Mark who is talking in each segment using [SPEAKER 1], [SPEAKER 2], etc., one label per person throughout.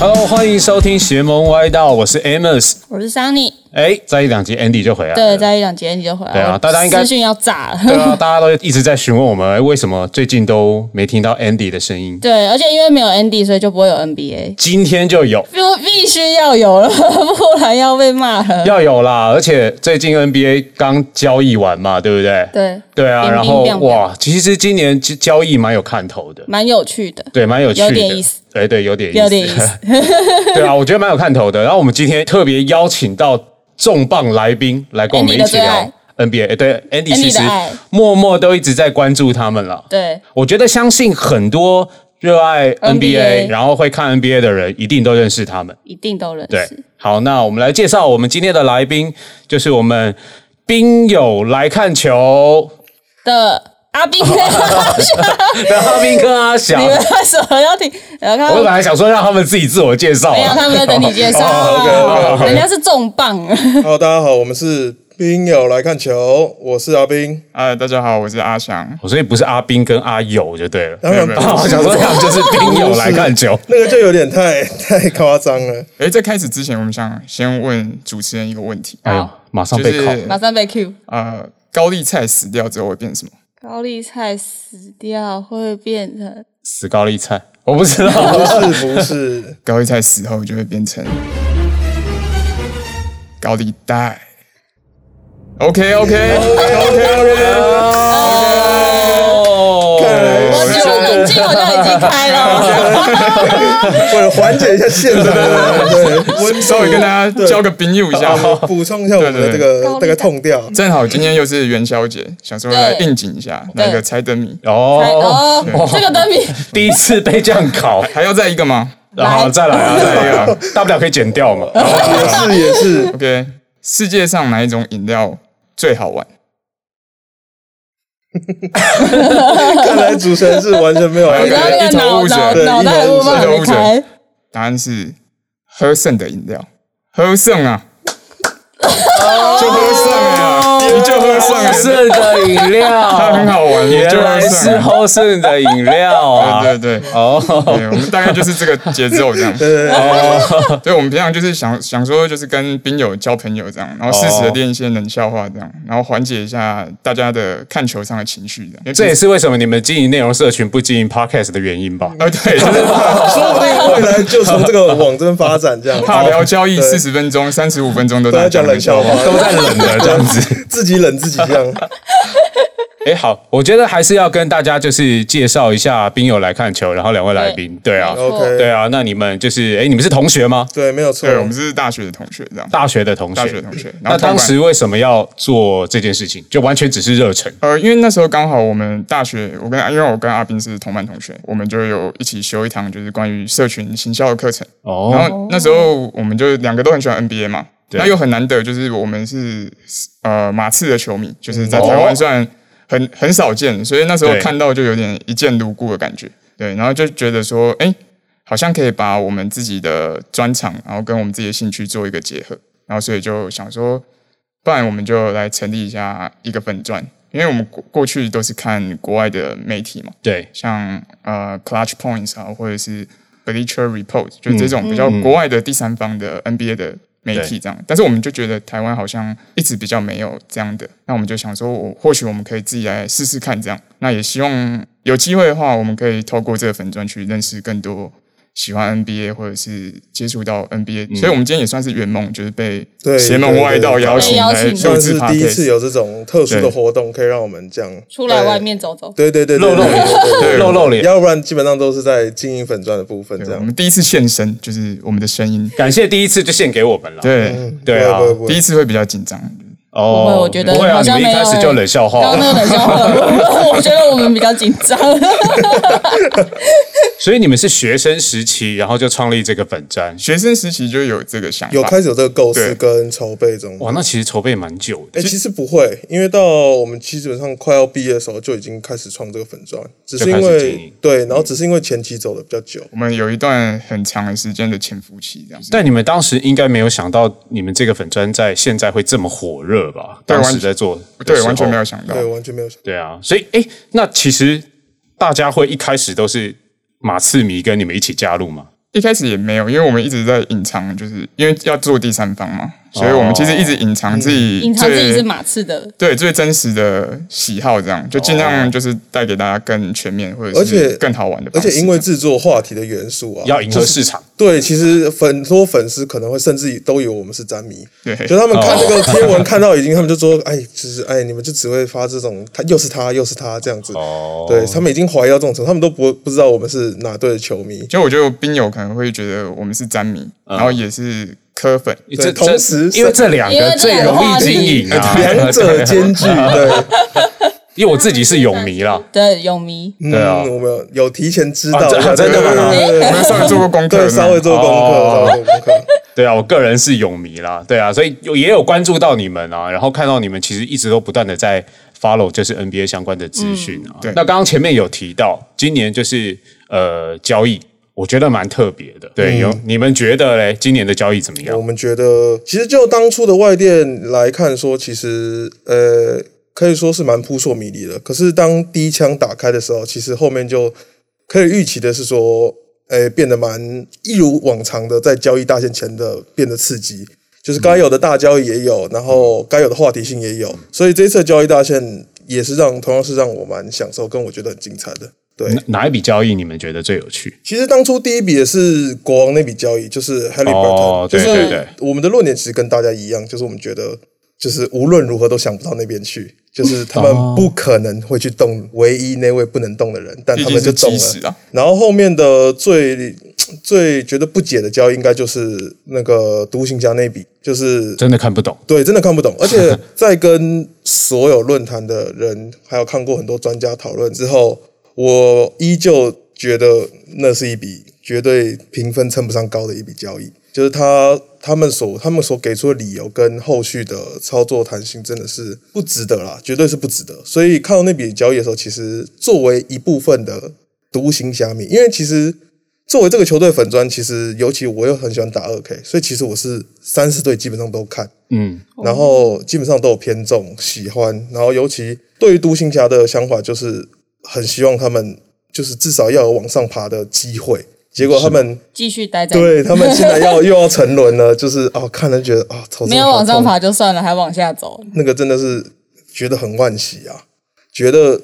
[SPEAKER 1] Hello，欢迎收听邪门歪道，我是 Amos。
[SPEAKER 2] 我是 Sunny，
[SPEAKER 1] 哎，再一两集 Andy 就回来了。
[SPEAKER 2] 对，在一两节你就回来了。
[SPEAKER 1] 对啊大家应该
[SPEAKER 2] 资讯要炸了。
[SPEAKER 1] 对啊，大家都一直在询问我们，哎为什么最近都没听到 Andy 的声音？
[SPEAKER 2] 对，而且因为没有 Andy，所以就不会有 NBA，
[SPEAKER 1] 今天就有，
[SPEAKER 2] 就必须要有了， 不然要被骂了。
[SPEAKER 1] 要有啦！而且最近 NBA 刚交易完嘛，对不对？
[SPEAKER 2] 对
[SPEAKER 1] 对啊，
[SPEAKER 2] 冰冰
[SPEAKER 1] 然后
[SPEAKER 2] 冰冰
[SPEAKER 1] 哇，其实今年交交易蛮有看头的，
[SPEAKER 2] 蛮有趣的，
[SPEAKER 1] 对，蛮有趣的，
[SPEAKER 2] 有点意思，
[SPEAKER 1] 哎，对，有点意思，
[SPEAKER 2] 有点意思。
[SPEAKER 1] 对啊，我觉得蛮有看头的。然后我们今天特别邀请到重磅来宾来跟我们
[SPEAKER 2] Andy
[SPEAKER 1] 一
[SPEAKER 2] 的
[SPEAKER 1] 起
[SPEAKER 2] 最
[SPEAKER 1] 聊
[SPEAKER 2] 爱
[SPEAKER 1] NBA，哎对 Andy
[SPEAKER 2] Andy
[SPEAKER 1] 其实
[SPEAKER 2] 的爱
[SPEAKER 1] 默默都一直在关注他们了。
[SPEAKER 2] 对，
[SPEAKER 1] 我觉得相信很多热爱 NBA，
[SPEAKER 2] NBA
[SPEAKER 1] 然后会看 NBA 的人，一定都认识他们。
[SPEAKER 2] 一定都认
[SPEAKER 1] 对
[SPEAKER 2] 识。，
[SPEAKER 1] 好，那我们来介绍我们今天的来宾，就是我们冰友来看 球
[SPEAKER 2] 的阿斌，
[SPEAKER 1] 的哈宾跟阿翔
[SPEAKER 2] 你。们为什么要听？然后
[SPEAKER 1] 啊我本
[SPEAKER 2] 看。
[SPEAKER 1] 来想说让他们自己自我介绍啊，
[SPEAKER 2] 没有，他们在等你介绍
[SPEAKER 1] 哦，OK，OK，OK，
[SPEAKER 2] 人家是重磅，
[SPEAKER 3] Hello，大家好，我们是冰友来看球，我是阿冰。
[SPEAKER 4] 啊，大家好，我是阿翔。
[SPEAKER 1] 所以不是阿兵跟阿友就对了。
[SPEAKER 3] 当然
[SPEAKER 4] 没有
[SPEAKER 3] 不
[SPEAKER 4] 没有
[SPEAKER 1] 我
[SPEAKER 3] 是
[SPEAKER 1] 想说他们就是冰友来看球。
[SPEAKER 3] 那个就有点太 太夸张了。
[SPEAKER 4] 哎，在开始之前，我们想先问主持人一个问题，
[SPEAKER 1] 哎呦，马上
[SPEAKER 4] 就
[SPEAKER 1] 被考。
[SPEAKER 4] 是
[SPEAKER 2] 马上被 Q。
[SPEAKER 4] 呃，高丽菜死掉之后会变什么？
[SPEAKER 2] 高丽菜死掉会变成
[SPEAKER 1] 死高丽菜，我不知道。
[SPEAKER 3] 不是不是，
[SPEAKER 4] 高丽菜死后就会变成高利贷。OK OK OK OK，
[SPEAKER 1] 哦
[SPEAKER 3] 看来
[SPEAKER 2] 我
[SPEAKER 3] 是
[SPEAKER 2] 觉得冷静好像已经开了，
[SPEAKER 3] 为了缓解一下现场的对温
[SPEAKER 4] 稍微跟大家交个朋友一下。
[SPEAKER 3] 度，补充一下我们的这个
[SPEAKER 2] 对对对
[SPEAKER 3] 这个痛调。
[SPEAKER 4] 正好今天又是元宵节，想说来
[SPEAKER 2] 对
[SPEAKER 4] 应景一下，来个猜灯谜。
[SPEAKER 1] 哦，
[SPEAKER 2] 哦，这个灯谜
[SPEAKER 1] 第一次被这样考，
[SPEAKER 4] 还要再一个吗
[SPEAKER 1] 然后再来啊，再来啊，大不了可以剪掉嘛。
[SPEAKER 3] 也是也是，
[SPEAKER 4] ？OK，世界上哪一种饮料最好玩？
[SPEAKER 3] 看来主持人是完全没有
[SPEAKER 2] 你知道那个脑脑脑袋雾还没开，
[SPEAKER 4] 答案是喝剩的饮料，喝剩啊，就喝剩啊，
[SPEAKER 1] 哦
[SPEAKER 4] 你就喝剩啊，
[SPEAKER 1] 盛的饮
[SPEAKER 4] 它很
[SPEAKER 1] 料，
[SPEAKER 4] 好玩，你
[SPEAKER 1] 原
[SPEAKER 4] 就
[SPEAKER 1] 来
[SPEAKER 4] 喝
[SPEAKER 1] 是
[SPEAKER 4] 剩啊。
[SPEAKER 1] 后盛的饮料啊。
[SPEAKER 4] 对对对，
[SPEAKER 1] 哦，
[SPEAKER 4] 对，我们大概就是这个节奏这 样。对，我们平常就是想想说，就是跟兵友交朋友这样，然后适时的练一些冷笑话这样，然后缓解一下大家的看球上的情绪这样。
[SPEAKER 1] 这也是为什么你们经营内容社群不经营 podcast 的原因吧？
[SPEAKER 4] 呃，对，就是
[SPEAKER 3] 说不定未来就从这个往这边发展这样。
[SPEAKER 4] 怕聊交 易
[SPEAKER 3] 对
[SPEAKER 4] 四十分钟、三十五分钟都
[SPEAKER 3] 都
[SPEAKER 4] 在
[SPEAKER 3] 在讲冷笑话，
[SPEAKER 1] 都在冷的这样子。
[SPEAKER 3] 自己冷自己这样。
[SPEAKER 1] 哎，好，我觉得还是要跟大家就是介绍一下冰友来看球，然后两位来宾，对啊，
[SPEAKER 2] 没错
[SPEAKER 3] OK
[SPEAKER 1] 对啊，那你们就是哎，你们是同学吗？
[SPEAKER 3] 对，没有错
[SPEAKER 4] 对，。我们是大学的同学这样。
[SPEAKER 1] 大学的同学，
[SPEAKER 4] 大学同学然
[SPEAKER 1] 那
[SPEAKER 4] 后
[SPEAKER 1] 当
[SPEAKER 4] 同班
[SPEAKER 1] 时为什么要做这件事情？就完全只是热忱。
[SPEAKER 4] 呃，因为那时候刚好我们大学，我跟因为我跟阿斌是同班同学，我们就有一起修一堂就是关于社群行销的课程。然
[SPEAKER 1] 哦，
[SPEAKER 4] 后那时候我们就两个都很喜欢 NBA 嘛，那又很难得，就是我们是呃马刺的球迷，就是在台
[SPEAKER 1] 哦
[SPEAKER 4] 湾虽然很很少见，所以那时候
[SPEAKER 1] 对
[SPEAKER 4] 看到就有点一见如故的感觉。对，然后就觉得说，哎、好像可以把我们自己的专长，然后跟我们自己的兴趣做一个结合，然后所以就想说，不然我们就来成立一下一个粉钻，因为我们过过去都是看国外的媒体嘛，
[SPEAKER 1] 对，
[SPEAKER 4] 像呃 Clutch Points 啊，或者是 Bleacher Report，就
[SPEAKER 3] 嗯
[SPEAKER 4] 这种比较国外的第三方的 NBA 的媒体这样。但是我们就觉得台湾好像一直比较没有这样的，那我们就想说，我或许我们可以自己来试试看这样。那也希望有机会的话，我们可以透过这个粉专去认识更多。喜欢 NBA 或者是接触到 NBA，、所以我们今天也算是圆梦，就是被
[SPEAKER 3] 对
[SPEAKER 4] 邪门歪道
[SPEAKER 3] 对对
[SPEAKER 4] 邀请
[SPEAKER 2] 被邀
[SPEAKER 4] 来
[SPEAKER 2] 请
[SPEAKER 4] 录
[SPEAKER 3] 算
[SPEAKER 4] 制
[SPEAKER 3] 是
[SPEAKER 4] p
[SPEAKER 3] 第一
[SPEAKER 4] o
[SPEAKER 3] 次
[SPEAKER 4] d
[SPEAKER 3] 有这种特殊的活动，可以让我们这样哎
[SPEAKER 2] 出来外。面走走。
[SPEAKER 3] 对对对，对
[SPEAKER 1] 露露
[SPEAKER 3] 对
[SPEAKER 1] 脸，露露脸。
[SPEAKER 3] 要不然基本上都是在经营粉钻的部分这
[SPEAKER 4] 我
[SPEAKER 3] 样。
[SPEAKER 4] 们第一次现身，就是我们的声音，
[SPEAKER 1] 感谢第一次就献给我们了。
[SPEAKER 4] 对，
[SPEAKER 3] 嗯
[SPEAKER 1] 对啊
[SPEAKER 3] 不会不会不
[SPEAKER 4] 第一
[SPEAKER 3] 会，
[SPEAKER 4] 次会比较紧张，
[SPEAKER 1] 哦
[SPEAKER 2] 不会我觉得
[SPEAKER 1] 不会啊，
[SPEAKER 2] 好
[SPEAKER 1] 你
[SPEAKER 2] 像
[SPEAKER 1] 们一
[SPEAKER 2] 没有
[SPEAKER 1] 开始
[SPEAKER 2] 欸
[SPEAKER 1] 就冷笑
[SPEAKER 2] 刚
[SPEAKER 1] 话
[SPEAKER 2] 刚，那个冷笑话，我觉得我们比较紧张。
[SPEAKER 1] 所以你们是学生时期，然后就创立这个粉专。
[SPEAKER 4] 学生时期就有这个想法，
[SPEAKER 3] 有开始有这个构思
[SPEAKER 4] 对
[SPEAKER 3] 跟筹备中。
[SPEAKER 1] 哇，那其实筹备蛮久的
[SPEAKER 3] 哎，其实不会，因为到我们基本上快要毕业的时候就已经开始创这个粉钻，只是因
[SPEAKER 1] 就开始经
[SPEAKER 3] 为
[SPEAKER 1] 营嗯
[SPEAKER 3] 对，然后只是因为前期走的比较久。
[SPEAKER 4] 我们有一段很长的时间的潜伏期，这样子。
[SPEAKER 1] 但你们当时应该没有想到，你们这个粉专在现在会这么火热吧？
[SPEAKER 4] 对
[SPEAKER 1] 当
[SPEAKER 4] 完
[SPEAKER 1] 时
[SPEAKER 4] 全
[SPEAKER 1] 在做，
[SPEAKER 4] 对，完全没有。想到
[SPEAKER 3] 对，。完全没有想。
[SPEAKER 1] 对啊，所以哎，
[SPEAKER 3] 哦
[SPEAKER 1] 那其实大家会一开始都是马刺迷跟你们一起加入吗？
[SPEAKER 4] 一开始也没有，因为我们一直在隐藏，就是因为要做第三方嘛，
[SPEAKER 3] 哦
[SPEAKER 4] 所以我们其实一直隐藏自
[SPEAKER 3] 嗯
[SPEAKER 4] 己最，
[SPEAKER 2] 隐藏自己是马刺的，
[SPEAKER 4] 对最真实的喜好，这样就尽量就是带给大家更全面或者
[SPEAKER 3] 哦而
[SPEAKER 4] 是
[SPEAKER 3] 且
[SPEAKER 4] 更好玩的
[SPEAKER 3] 而
[SPEAKER 4] 方式。
[SPEAKER 3] 且因为制作话题的元素啊，
[SPEAKER 1] 要迎合市场，
[SPEAKER 3] 对，其实很多粉丝可能会甚至都以为我们是詹迷，
[SPEAKER 4] 对
[SPEAKER 3] 就他们看这个贴文看到已经，他们就说，哎，其实哎，你们就只会发这种，他又是他又是他这样子，
[SPEAKER 1] 哦
[SPEAKER 3] 对他们已经怀疑到这种程度，他们都不不知道我们是哪队的球迷，
[SPEAKER 4] 就我觉得冰友可能会觉得我们是詹迷，然后也是科粉，
[SPEAKER 1] 这
[SPEAKER 3] 同
[SPEAKER 1] 这
[SPEAKER 3] 时
[SPEAKER 1] 因为这两
[SPEAKER 2] 因为
[SPEAKER 1] 个
[SPEAKER 2] 这
[SPEAKER 1] 最
[SPEAKER 2] 两个
[SPEAKER 1] 容易
[SPEAKER 2] 话题
[SPEAKER 1] 经营啊，
[SPEAKER 3] 两者兼具，对，
[SPEAKER 1] 因为我自己是泳迷 啦，
[SPEAKER 2] 对，泳迷。
[SPEAKER 3] 嗯
[SPEAKER 1] 对啊
[SPEAKER 3] 我们有有提前知
[SPEAKER 1] 啊
[SPEAKER 3] 道，
[SPEAKER 1] 真
[SPEAKER 3] 对
[SPEAKER 1] 真的吗
[SPEAKER 3] 对对对
[SPEAKER 4] 我们稍微做过功课，
[SPEAKER 3] 对，稍微做功课，稍
[SPEAKER 1] 哦
[SPEAKER 3] 微做功课。
[SPEAKER 1] 对啊，我个人是泳迷啦，对啊，所以有也有关注到你们啊，然后看到你们其实一直都不断的在 follow 就是 NBA 相关的资讯
[SPEAKER 3] 嗯
[SPEAKER 1] 啊。
[SPEAKER 4] 对
[SPEAKER 1] 那刚刚前面有提到，今年就是呃交易，我觉得蛮特别
[SPEAKER 3] 嗯
[SPEAKER 1] 的。对，有你们觉得嘞，今年的交易怎么样
[SPEAKER 3] 我？们觉得，其实就当初的外电来看说，其实呃，可以说是蛮扑朔迷离的。可是当第一枪打开的时候，其实后面就可以预期的是说，呃，变得蛮一如往常的，在交易大限前的变得刺激。就是该有的大交易也有，然后该有的话题性也有，所以这一次的交易大限也是让同样是让我蛮享受，跟我觉得很精彩的。对，
[SPEAKER 1] 哪哪一笔交易你们觉得最有趣？
[SPEAKER 3] 其实当初第一笔也是国王那笔交易，就是 Halliburton，、
[SPEAKER 1] 哦
[SPEAKER 3] 就是
[SPEAKER 1] 对对对
[SPEAKER 3] 我们的论点其实跟大家一样，就是我们觉得就是无论如何都想不到那边去，就是他们不可能会去动唯一那位不能动的人，但
[SPEAKER 4] 毕
[SPEAKER 3] 他
[SPEAKER 4] 竟
[SPEAKER 3] 们就是动
[SPEAKER 4] 基
[SPEAKER 3] 了。
[SPEAKER 4] 石啊。
[SPEAKER 3] 然后后面的最最觉得不解的交易，应该就是那个独行侠那笔，就是
[SPEAKER 1] 真的看不懂。
[SPEAKER 3] 对，真的看不懂。而且在跟所有论坛的人，还有看过很多专家讨论之后，我依旧觉得那是一笔绝对评分称不上高的一笔交易。就是他他们所他们所给出的理由跟后续的操作弹性真的是不值得啦，绝对是不值得。所以看到那笔交易的时候，其实作为一部分的独行侠迷，因为其实作为这个球队粉砖，其实尤其我又很喜欢打二 K，所以其实我是三十队基本上都看，
[SPEAKER 1] 嗯，
[SPEAKER 2] 哦
[SPEAKER 3] 然后基本上都有偏重喜欢，然后尤其对于独行侠的想法就是很希望他们就是至少要有往上爬的机会，结果他们
[SPEAKER 2] 继续待在
[SPEAKER 3] 对他们现在要又要沉沦了，就是哦看了觉得啊、头真的
[SPEAKER 2] 没有
[SPEAKER 3] 好
[SPEAKER 2] 往上
[SPEAKER 3] 痛
[SPEAKER 2] 爬就算了，还往下走，
[SPEAKER 3] 那个真的是觉得很惋惜啊，觉得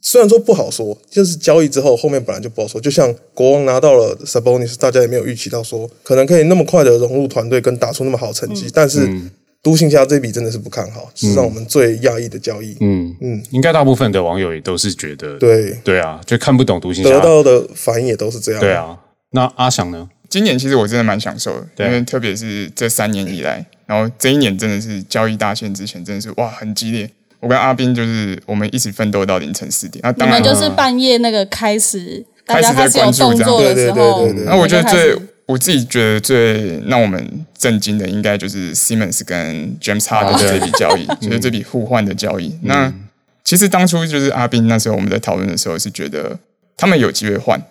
[SPEAKER 3] 虽然说不好说，就是交易之后后面本来就不好说，就像国王拿到了 Sabonis，大家也没有预期到说可能可以那么快的融入团队跟打出那么好成
[SPEAKER 1] 嗯
[SPEAKER 3] 绩，但是独行侠这笔真的是不看好，是让我们最讶异的交易。
[SPEAKER 1] 嗯嗯，应该大部分的网友也都是觉得，
[SPEAKER 3] 对，
[SPEAKER 1] 对啊，就看不懂独行侠
[SPEAKER 3] 得。到的反应也都是这样。
[SPEAKER 1] 对，啊，那阿翔呢？
[SPEAKER 4] 今年其实我真的蛮享受的，
[SPEAKER 1] 对
[SPEAKER 4] 因为特别是这三年以来，然后这一年真的是交易大限之前，真的是哇很激烈。我跟阿斌就是我们一起奋斗到凌晨四点，那
[SPEAKER 2] 你
[SPEAKER 4] 当然
[SPEAKER 2] 们就是半夜那个开始，大家
[SPEAKER 4] 开
[SPEAKER 2] 开
[SPEAKER 4] 始
[SPEAKER 2] 始
[SPEAKER 4] 在
[SPEAKER 2] 有
[SPEAKER 4] 关注
[SPEAKER 2] 动作的
[SPEAKER 3] 这
[SPEAKER 2] 时
[SPEAKER 3] 样
[SPEAKER 2] 候
[SPEAKER 3] 对对对对，对
[SPEAKER 4] 那我觉得
[SPEAKER 2] 你们就开始
[SPEAKER 4] 最我自己觉得最让我们震惊的，应该就是 Simmons 跟 James Harden 这笔 交易，
[SPEAKER 1] 嗯
[SPEAKER 4] 就是这笔互换的交易。那其实当初就是阿斌那时候我们在讨论的时候是觉得他们有机会换，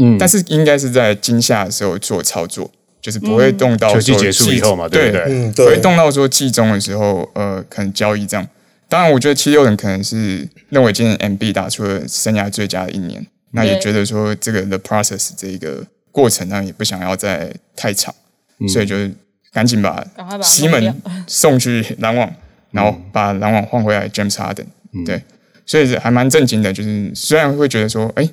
[SPEAKER 1] 嗯
[SPEAKER 4] 但是应该是在惊吓的时候做操作，就是不
[SPEAKER 2] 嗯
[SPEAKER 4] 会动到
[SPEAKER 1] 球季
[SPEAKER 4] 说
[SPEAKER 1] 结束以后嘛，对
[SPEAKER 4] 对
[SPEAKER 1] 不对？
[SPEAKER 3] 嗯，
[SPEAKER 4] 不会
[SPEAKER 3] 对，
[SPEAKER 4] 动到说季中的时候，呃，可能交易这样。当然，我觉得七六人可能是认为今年 MB 打出了生涯最佳的一年，那也
[SPEAKER 2] 对
[SPEAKER 4] 觉得说这个 the process 这一个过程呢，也不想要再太长，所以就是赶紧把
[SPEAKER 2] 赶快把它
[SPEAKER 4] 西
[SPEAKER 2] 弄
[SPEAKER 4] 门 送去篮网，然后把篮网换回来 James Harden，、对，所以还蛮震惊的，就是虽然会觉得说，哎，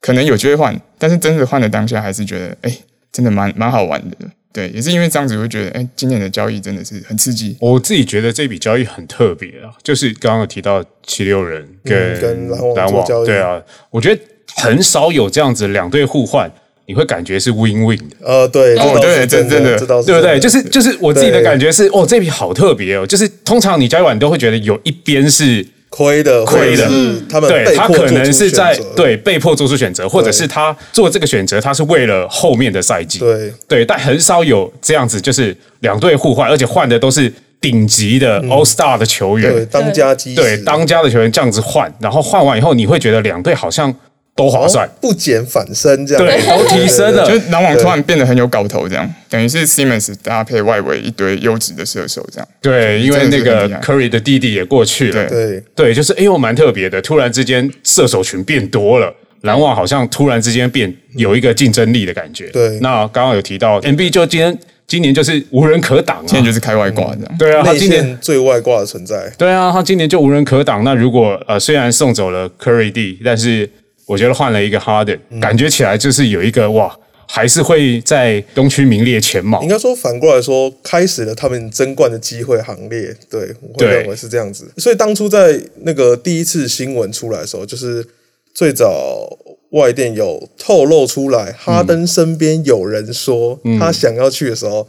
[SPEAKER 4] 可能有机会换，但是真的换的当下还是觉得，哎，真的蛮蛮好玩的，对，也是因为这样子会觉得，哎，今年的交易真的是很刺激，
[SPEAKER 1] 我自己觉得这笔交易很特别啊，就是刚刚有提到七六人跟、
[SPEAKER 3] 嗯跟篮网做交易
[SPEAKER 1] 对啊，我觉得很少有这样子两队互换，你会感觉是 win win 的，
[SPEAKER 3] 呃，对，
[SPEAKER 4] 哦
[SPEAKER 3] 这倒
[SPEAKER 4] 对
[SPEAKER 3] 是
[SPEAKER 4] 这
[SPEAKER 3] 真
[SPEAKER 4] 真的
[SPEAKER 3] 这倒是
[SPEAKER 1] 对不对？
[SPEAKER 3] 真的
[SPEAKER 1] 哦就是就是我自己的
[SPEAKER 3] 对
[SPEAKER 1] 感觉是，哦，这笔好特别哦，就是通常你交易完都会觉得有一边是
[SPEAKER 3] 亏的，
[SPEAKER 1] 亏的
[SPEAKER 3] 或者是
[SPEAKER 4] 嗯
[SPEAKER 3] 他们
[SPEAKER 1] 对
[SPEAKER 3] 被
[SPEAKER 1] 他
[SPEAKER 3] 迫
[SPEAKER 1] 可
[SPEAKER 3] 做
[SPEAKER 1] 能
[SPEAKER 3] 出
[SPEAKER 1] 是在
[SPEAKER 3] 选择
[SPEAKER 1] 对被迫做出选择，或者
[SPEAKER 3] 对
[SPEAKER 1] 是他做这个选择，他是为了后面的赛季。
[SPEAKER 3] 对
[SPEAKER 1] 对，但很少有这样子，就是两队互换，而且换的都是顶级的 All Star 的球员，
[SPEAKER 3] 嗯对当家基石
[SPEAKER 1] 对当家的球员这样子换，然后换完以后，你会觉得两队好像都划算，
[SPEAKER 3] 哦不减反升这样，
[SPEAKER 1] 对都提升啊了
[SPEAKER 4] 就是篮网突然变得很有搞头，这样等于是 Simmons 搭配外围一堆优质的射手，这样
[SPEAKER 1] 对，因为那
[SPEAKER 4] 真的是
[SPEAKER 1] 个
[SPEAKER 4] 很厉害
[SPEAKER 1] Curry 的弟弟也过去了，
[SPEAKER 4] 对
[SPEAKER 3] 对，
[SPEAKER 1] 对，就是哎呦蛮特别的，突然之间射手群变多了，篮网好像突然之间变有一个竞争力的感觉。
[SPEAKER 3] 对
[SPEAKER 1] 那刚刚有提到 n b 就今天今年就是无人可挡
[SPEAKER 4] 现在
[SPEAKER 1] 啊，
[SPEAKER 4] 就是开外挂这样。
[SPEAKER 1] 对啊，他
[SPEAKER 3] 内
[SPEAKER 1] 今年
[SPEAKER 3] 线最外挂的存在。
[SPEAKER 1] 对啊，他今年就无人可挡。那如果呃，虽然送走了 Curry D，但是我觉得换了一个 Harden，、感
[SPEAKER 3] 嗯
[SPEAKER 1] 觉起来就是有一个哇，还是会在东区名列前茅
[SPEAKER 3] 应。该说反过来说，开始了他们争冠的机会行列。对，我会
[SPEAKER 1] 对嗯
[SPEAKER 3] 认为是这样子。所以当初在那个第一次新闻出来的时候，就是最早外电有透露出来，哈登身边有人说
[SPEAKER 1] 嗯
[SPEAKER 3] 他想要去的时候。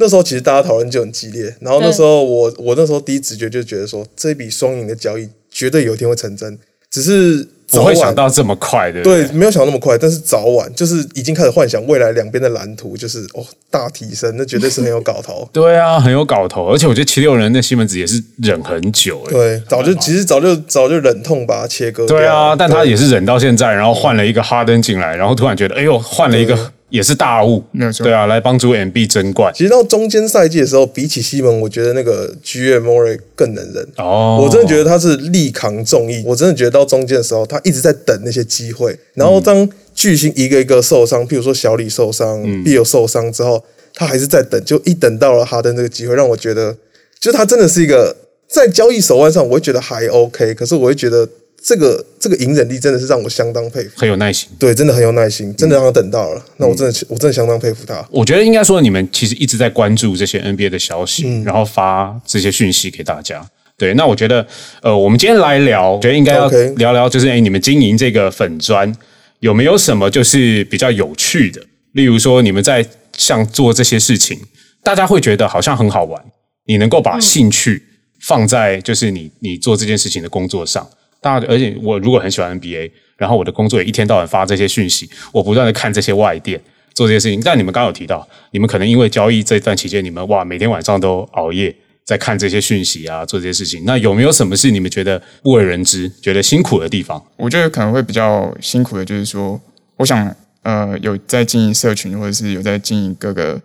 [SPEAKER 3] 那时候其实大家讨论就很激烈，然后那时候我我那时候第一直觉就觉得说，这笔双赢的交易绝对有一天会成真，只是早
[SPEAKER 1] 不
[SPEAKER 3] 晚
[SPEAKER 1] 会想到这么快，对不对？。
[SPEAKER 3] 对，没有想到那么快，但是早晚就是已经开始幻想未来两边的蓝图，就是哦大提升，那绝对是很有搞头
[SPEAKER 1] 对啊，很有搞头。而且我觉得七六人那西门子也是忍很久、欸，
[SPEAKER 3] 对，早就其实早就早就忍痛把它切割掉。
[SPEAKER 1] 对啊，但他
[SPEAKER 3] 对
[SPEAKER 1] 也是忍到现在，然后换了一个哈登进来，然后突然觉得，哎呦，换了一个也是大物，
[SPEAKER 4] 没有错
[SPEAKER 1] 对啊，来帮助 MB 争冠。
[SPEAKER 3] 其实到中间赛季的时候，比起西蒙，我觉得那个 G M o r e 更能忍。
[SPEAKER 1] 哦，
[SPEAKER 3] 我真的觉得他是力扛重义，我真的觉得到中间的时候，他一直在等那些机会。然后当巨星一个一个受伤，譬如说小李受伤、必有受伤之后，他还是在等，就一等到了哈登这个机会，让我觉得，就是他真的是一个在交易手腕上，我会觉得还 OK，可是我会觉得这个这个隐忍力真的是让我相当佩服。
[SPEAKER 1] 哦
[SPEAKER 3] 嗯
[SPEAKER 1] 很有耐心。
[SPEAKER 3] 对，真的很有耐心，真的让他等到了。那我真的我真的相当佩服他。
[SPEAKER 1] 我觉得应该说，你们其实一直在关注这些 NBA 的消息，然后发这些讯息给大家。对，那我觉得，呃，我们今天来聊，觉得应该要
[SPEAKER 3] OK
[SPEAKER 1] 聊聊，就是哎，你们经营这个粉砖有没有什么就是比较有趣的？例如说，你们在像做这些事情，大家会觉得好像很好玩，你能够把兴趣放在就是你你做这件事情的工作上。大家，而且我如果很喜欢 NBA，然后我的工作也一天到晚发这些讯息，我不断的看这些外电，做这些事情。但你们刚刚有提到，你们可能因为交易这段期间，你们哇每天晚上都熬夜在看这些讯息啊，做这些事情。那有没有什么是你们觉得不为人知、觉得辛苦的地方？
[SPEAKER 4] 我觉得可能会比较辛苦的，就是说，我想呃有在经营社群，或者是有在经营各个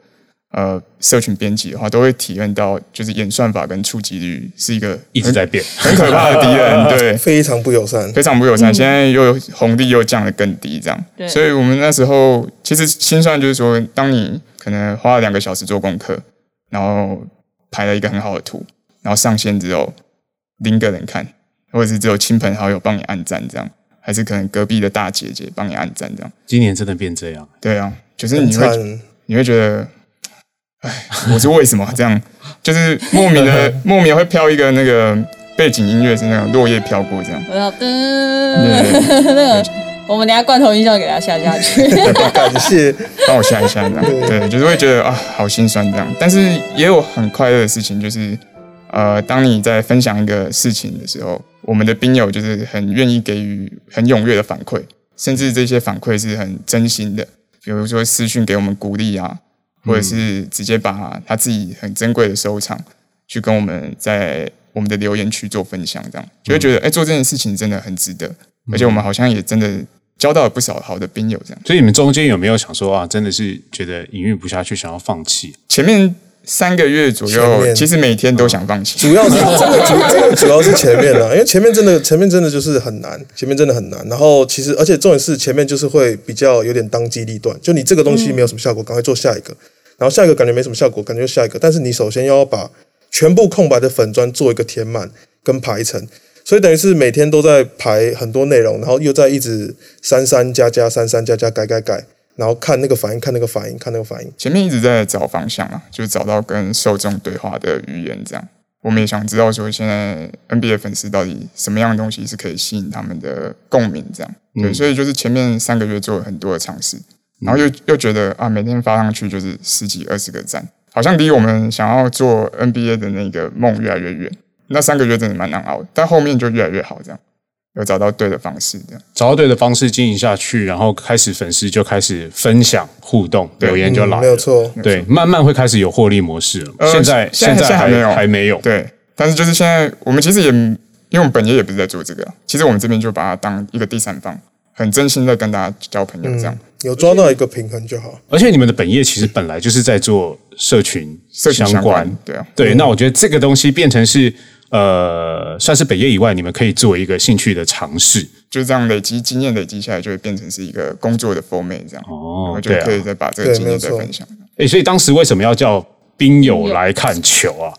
[SPEAKER 4] 呃社群编辑的话，都会体验到，就是演算法跟触及率是一个
[SPEAKER 1] 一直在变，
[SPEAKER 3] 嗯
[SPEAKER 4] 很可怕的敌 人，对，
[SPEAKER 3] 非常不友善，
[SPEAKER 4] 非常不友善。现在又有红利又降得更低，这样，
[SPEAKER 2] 对
[SPEAKER 4] 所以我们那时候其实心算就是说，当你可能花了两个小时做功课，然后排了一个很好的图，然后上线只有零个人看，或者是只有亲朋好友帮你按赞这样，还是可能隔壁的大姐姐帮你按赞这样，
[SPEAKER 1] 今年真的变这样。
[SPEAKER 4] 对啊，就是
[SPEAKER 3] 很
[SPEAKER 4] 你会
[SPEAKER 3] 惨。
[SPEAKER 4] 你会觉得，哎，我是为什么这样？就是莫名的莫名会飘一个那个背景音乐是那种落叶飘过这样。
[SPEAKER 2] 我要噔，
[SPEAKER 4] 对对
[SPEAKER 2] 那个我们等一下罐头音效给它下下去。
[SPEAKER 3] 感谢，
[SPEAKER 4] 帮我下一下这样，对，就是会觉得啊，好心酸这样。但是也有很快乐的事情，就是呃，当你在分享一个事情的时候，我们的兵友就是很愿意给予很踊跃的反馈，甚至这些反馈是很真心的，比如说私讯给我们鼓励啊，或者是直接把他自己很珍贵的收藏去跟我们在我们的留言区做分享，这样就会觉得哎、做这件事情真的很值得，而且我们好像也真的交到了不少好的兵友这样。
[SPEAKER 1] 所以你们中间有没有想说啊，真的是觉得营运不下去，想要放弃？
[SPEAKER 4] 前面三个月左
[SPEAKER 3] 前
[SPEAKER 4] 右，
[SPEAKER 3] 面嗯
[SPEAKER 4] 其实每天都想放弃。
[SPEAKER 3] 主要是真的主真的主要是前面啊了，因为前面真的前面真的就是很难，前面真的很难。然后其实而且重点是前面就是会比较有点当机立断，就你这个东西没有什么效果，赶快做下一个，然后下一个感觉没什么效果，感觉就下一个。但是你首先要把全部空白的粉砖做一个填满跟排成，所以等于是每天都在排很多内容，然后又在一直删删加加删删加加改改改，然后看那个反应，看那个反应，看那个反应。
[SPEAKER 4] 前面一直在找方向啊，就是找到跟受众对话的语言，这样。我们也想知道说，现在 NBA 粉丝到底什么样的东西是可以吸引他们的共鸣，这样。
[SPEAKER 3] 嗯
[SPEAKER 4] 对，所以就是前面三个月做了很多的尝试，然后又又觉得啊，每天发上去就是十几二十个赞，好像离我们想要做 NBA 的那个梦越来越远。那三个月真的蛮难熬的，但后面就越来越好，这样有找到对的方式，这样。
[SPEAKER 1] 找到对的方式经营下去，然后开始粉丝就开始分享互动，留言就来了。
[SPEAKER 3] 嗯没有错，
[SPEAKER 1] 对，慢慢会开始有获利模式了。
[SPEAKER 4] 呃
[SPEAKER 1] 现在
[SPEAKER 4] 现在
[SPEAKER 1] 在
[SPEAKER 4] 现在还没有
[SPEAKER 1] 还没有。
[SPEAKER 4] 对，但是就是现在我们其实也，因为我们本业也不是在做这个啊，其实我们这边就把它当一个第三方，很真心的跟大家交朋友
[SPEAKER 1] 嗯
[SPEAKER 4] 这样。
[SPEAKER 3] 有抓到一个平衡就好。
[SPEAKER 1] 而且你们的本业其实本来就是在做社群
[SPEAKER 4] 社群
[SPEAKER 1] 相
[SPEAKER 4] 相关对啊
[SPEAKER 1] 对，那我觉得这个东西变成是呃，算是北业以外，你们可以做一个兴趣的尝试。
[SPEAKER 4] 就这样累积经验，累积下来就会变成是一个工作的 format 这样，然
[SPEAKER 1] 哦
[SPEAKER 4] 后就
[SPEAKER 1] 对啊
[SPEAKER 4] 可，以再把这个
[SPEAKER 3] 对
[SPEAKER 4] 经
[SPEAKER 3] 没
[SPEAKER 4] 验
[SPEAKER 3] 有
[SPEAKER 4] 再
[SPEAKER 3] 错
[SPEAKER 4] 分享。
[SPEAKER 1] 诶，所以当时为什么要叫兵友来看球啊？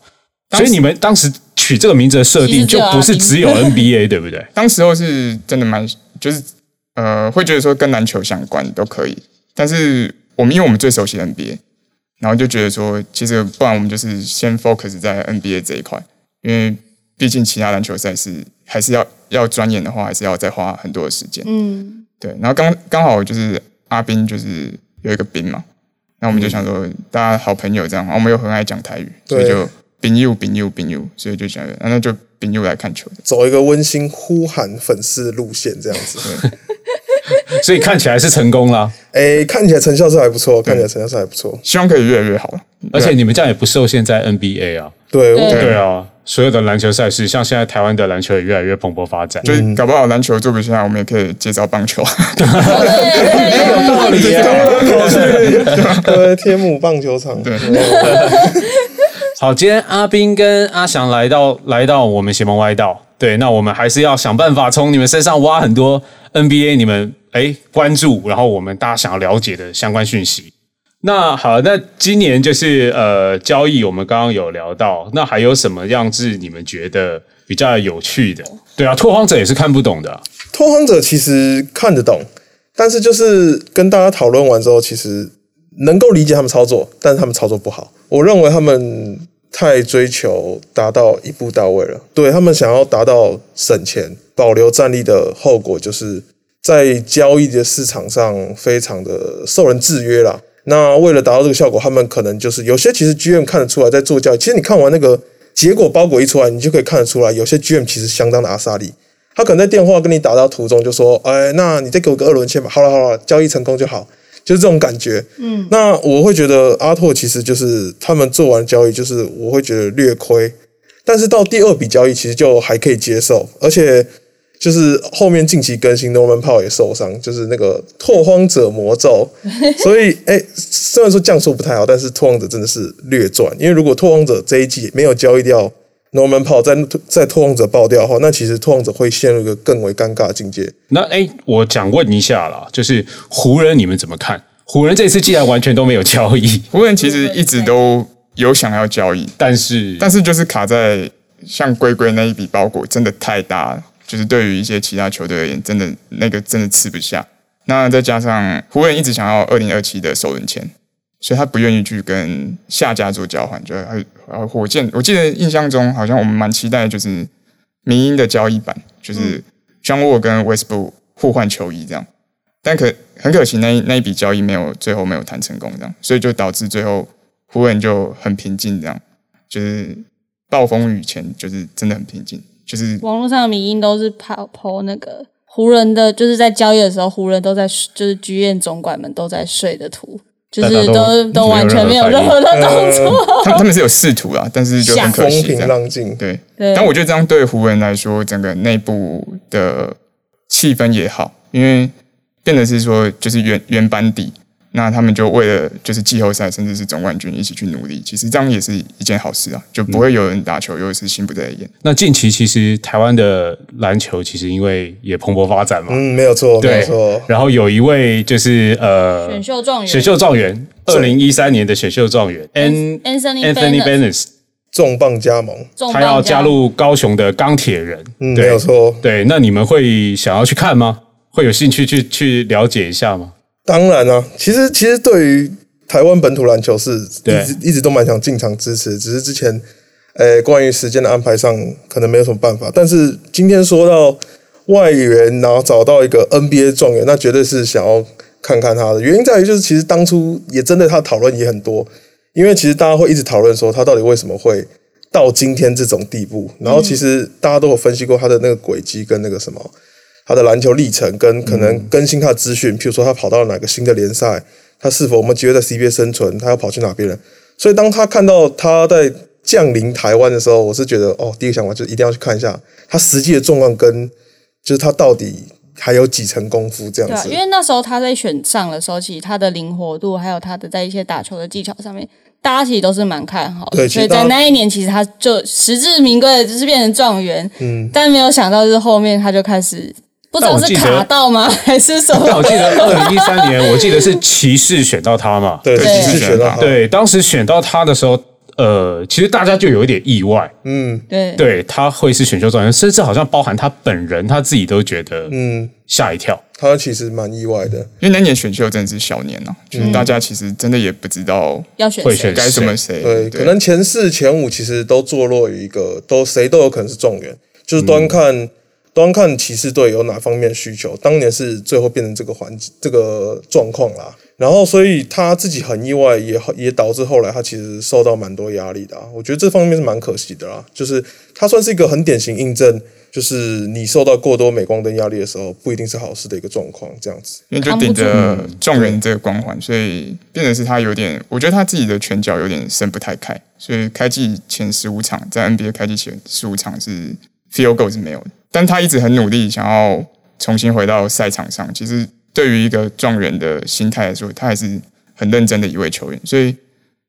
[SPEAKER 1] 所以你们当时取这个名字的设定，
[SPEAKER 2] 其实只
[SPEAKER 1] 就
[SPEAKER 2] 有
[SPEAKER 1] 不是
[SPEAKER 2] 阿兵
[SPEAKER 1] 只有 NBA 对不对？
[SPEAKER 4] 当时候是真的蛮，就是呃，会觉得说跟篮球相关都可以，但是我们因为我们最熟悉 NBA，然后就觉得说，其实不然我们就是先 focus 在 NBA 这一块，因为毕竟其他篮球赛事还是要要钻研的话，还是要再花很多的时间。
[SPEAKER 2] 嗯，
[SPEAKER 4] 对，然后刚刚好就是阿斌就是有一个斌嘛，那我们就想说大家好朋友这样，然后我们又很爱讲台语，所以
[SPEAKER 3] 对
[SPEAKER 4] 就斌友斌友斌友，所以就想啊那就斌友来看球。
[SPEAKER 3] 走一个温馨呼喊粉丝的路线，这样子。
[SPEAKER 1] 所以看起来是成功啦，
[SPEAKER 3] 哎，看起来成效是还不错，看起来成效是还不错。
[SPEAKER 4] 希望可以越来越好了。
[SPEAKER 1] 而且你们这样也不受限在 NBA 啊。
[SPEAKER 3] 对，我
[SPEAKER 2] 对
[SPEAKER 1] 对啊，所有的篮球赛事，像现在台湾的篮球也越来越蓬勃发展，
[SPEAKER 4] 就是搞不好篮球做不起来，我们也可以接招棒球。
[SPEAKER 1] 有道理耶。
[SPEAKER 3] 呃，天母棒球场，
[SPEAKER 4] 对
[SPEAKER 1] 好，今天阿斌跟阿翔来到来到我们邪门歪道，对，那我们还是要想办法从你们身上挖很多 NBA 你们哎关注，然后我们大家想要了解的相关讯息。那好，那今年就是呃交易，我们刚刚有聊到，那还有什么样是你们觉得比较有趣的？对啊，拓荒者也是看不懂的啊、
[SPEAKER 3] 拓荒者其实看得懂，但是就是跟大家讨论完之后，其实能够理解他们操作，但是他们操作不好。我认为他们太追求达到一步到位了，对他们想要达到省钱、保留战力的后果，就是在交易的市场上非常的受人制约啦。那为了达到这个效果，他们可能就是有些其实 GM 看得出来在做交易，其实你看完那个结果包裹一出来，你就可以看得出来，有些 GM 其实相当的阿萨利。他可能在电话跟你打到途中就说：“哎，那你再给我个二轮签吧。”好了好了，交易成功就好，就是这种感觉。嗯，那我会觉得阿拓其实就是他们做完交易，就是我会觉得略亏，但是到第二笔交易其实就还可以接受，而且就是后面近期更新 Norman p o w e 也受伤，就是那个拓荒者魔咒，所以哎，虽然说降速不太好，但是拓荒者真的是略赚，因为如果拓荒者这一季没有交易掉 Norman p o w e 在在拓荒者爆掉的话，那其实拓荒者会陷入一个更为尴尬的境界。
[SPEAKER 1] 那哎，我想问一下啦，就是湖人你们怎么看？湖人这次既然完全都没有交易，
[SPEAKER 4] 湖人其实一直都有想要交易，
[SPEAKER 1] 但是
[SPEAKER 4] 但是就是卡在像龟龟那一笔包裹真的太大了，就是对于一些其他球队而言，真的那个真的吃不下。那再加上湖人一直想要二零二七的首轮签，所以他不愿意去跟下家做交换，就还还火箭。我记得印象中好像我们蛮期待就是民英的交易版，就是张沃跟 Westbrook 互换球衣这样，但可很可惜那一那一笔交易没有最后没有谈成功这样，所以就导致最后湖人就很平静这样。就是暴风雨前，就是真的很平静，就是
[SPEAKER 2] 网络上的迷音都是跑跑那个湖人的，就是在交易的时候，湖人都在睡就是剧院总管们都在睡的图，就
[SPEAKER 1] 大
[SPEAKER 2] 是
[SPEAKER 1] 家都
[SPEAKER 2] 都完全
[SPEAKER 1] 没
[SPEAKER 2] 没
[SPEAKER 1] 有
[SPEAKER 2] 有
[SPEAKER 1] 任
[SPEAKER 2] 任
[SPEAKER 1] 何呃
[SPEAKER 2] 何的动作。
[SPEAKER 4] 他们他们是有试图啦，但是就呃很可
[SPEAKER 3] 风
[SPEAKER 4] 惜这
[SPEAKER 3] 平
[SPEAKER 4] 样。
[SPEAKER 3] 浪静，
[SPEAKER 4] 对，
[SPEAKER 2] 对，
[SPEAKER 4] 但我觉得这样对湖人来说，整个内部的气氛也好，因为变得是说就是原原班底，那他们就为了就是季后赛甚至是总冠军一起去努力，其实这样也是一件好事啊，就
[SPEAKER 3] 嗯
[SPEAKER 4] 不会有人打球又是心不在焉。
[SPEAKER 1] 那近期其实台湾的篮球其实因为也蓬勃发展嘛，
[SPEAKER 3] 嗯，没有错，没
[SPEAKER 1] 对
[SPEAKER 3] 有错，。
[SPEAKER 1] 然后有一位就是呃
[SPEAKER 2] 选秀状元
[SPEAKER 1] 选秀状元，二零一三年的选秀状元 An
[SPEAKER 2] Anthony
[SPEAKER 1] Anthony
[SPEAKER 2] Bennett
[SPEAKER 1] Bennett，
[SPEAKER 3] 重磅加盟，
[SPEAKER 2] 重
[SPEAKER 1] 他
[SPEAKER 2] 磅
[SPEAKER 1] 要加入高雄的钢铁人，
[SPEAKER 3] 嗯，
[SPEAKER 1] 对
[SPEAKER 3] 没有错。
[SPEAKER 1] 对，那你们会想要去看吗？会有兴趣去去了解一下 吗？
[SPEAKER 3] 当然啊，其实其实对于台湾本土篮球是
[SPEAKER 1] 对
[SPEAKER 3] 一直一直都蛮想进场支持，只是之前呃关于时间的安排上可能没有什么办法。但是今天说到外援，然后找到一个 NBA 状元，那绝对是想要看看他的。原因在于就是其实当初也针对他的讨论也很多，因为其实大家会一直讨论说他到底为什么会。到今天这种地步，然后其实大家都有分析过他的那个轨迹跟那个什么，他的篮球历程跟可能更新他的资讯，譬如说他跑到哪个新的联赛，他是否有没有机会在 CBA 生存，他要跑去哪边了。所以当他看到他在降临台湾的时候，我是觉得哦，第一个想法就是一定要去看一下他实际的状况跟就是他到底还有几成功夫这
[SPEAKER 2] 对
[SPEAKER 3] 样
[SPEAKER 2] 啊，
[SPEAKER 3] 子
[SPEAKER 2] 因。为那时候他在选上的时候，其实他的灵活度还有他的在一些打球的技巧上面大家其实都是蛮看好的，
[SPEAKER 3] 对
[SPEAKER 2] 所以
[SPEAKER 3] 其实
[SPEAKER 2] 在
[SPEAKER 3] 大家
[SPEAKER 2] 那一年，其实他就实至名归的，就是变成状元。
[SPEAKER 3] 嗯，
[SPEAKER 2] 但没有想到，就是后面他就开始不知
[SPEAKER 1] 但
[SPEAKER 2] 道
[SPEAKER 1] 我记
[SPEAKER 2] 是
[SPEAKER 1] 得
[SPEAKER 2] 卡到吗， 还是什
[SPEAKER 1] 但我
[SPEAKER 2] 么？
[SPEAKER 1] 记得二零一三年，我记得是骑士选到他嘛，
[SPEAKER 3] 对，
[SPEAKER 4] 对
[SPEAKER 3] 其
[SPEAKER 4] 是
[SPEAKER 3] 实学到
[SPEAKER 4] 选
[SPEAKER 3] 好，
[SPEAKER 1] 对，当时选到他的时候，呃，其实大家就有一点意外，
[SPEAKER 3] 嗯
[SPEAKER 2] 对
[SPEAKER 1] 对他会是选秀状元，甚至好像包含他本人他自己都觉得
[SPEAKER 3] 嗯，
[SPEAKER 1] 吓一跳。
[SPEAKER 3] 他其实蛮意外的，
[SPEAKER 4] 因为那年选秀真的是小年呐、就是大家其实真的也不知道
[SPEAKER 2] 要选
[SPEAKER 1] 会
[SPEAKER 2] 谁
[SPEAKER 1] 选？
[SPEAKER 4] 该怎么谁，
[SPEAKER 3] 对，可能前四前五其实都坐落于一个都谁都有可能是状元，就是端看、端看骑士队有哪方面的需求。当年是最后变成这个环这个状况啦。然后，所以他自己很意外，也也导致后来他其实受到蛮多压力的、啊。我觉得这方面是蛮可惜的啦，就是他算是一个很典型印证，就是你受到过多镁光灯压力的时候，不一定是好事的一个状况。这样子，
[SPEAKER 4] 因为就顶着状元这个光环，所以变成是他有点，我觉得他自己的拳脚有点伸不太开，所以开季前十五场在 NBA 开季前十五场是 field goal 是没有的，但他一直很努力想要重新回到赛场上。其实对于一个状元的心态来说，他还是很认真的一位球员，所以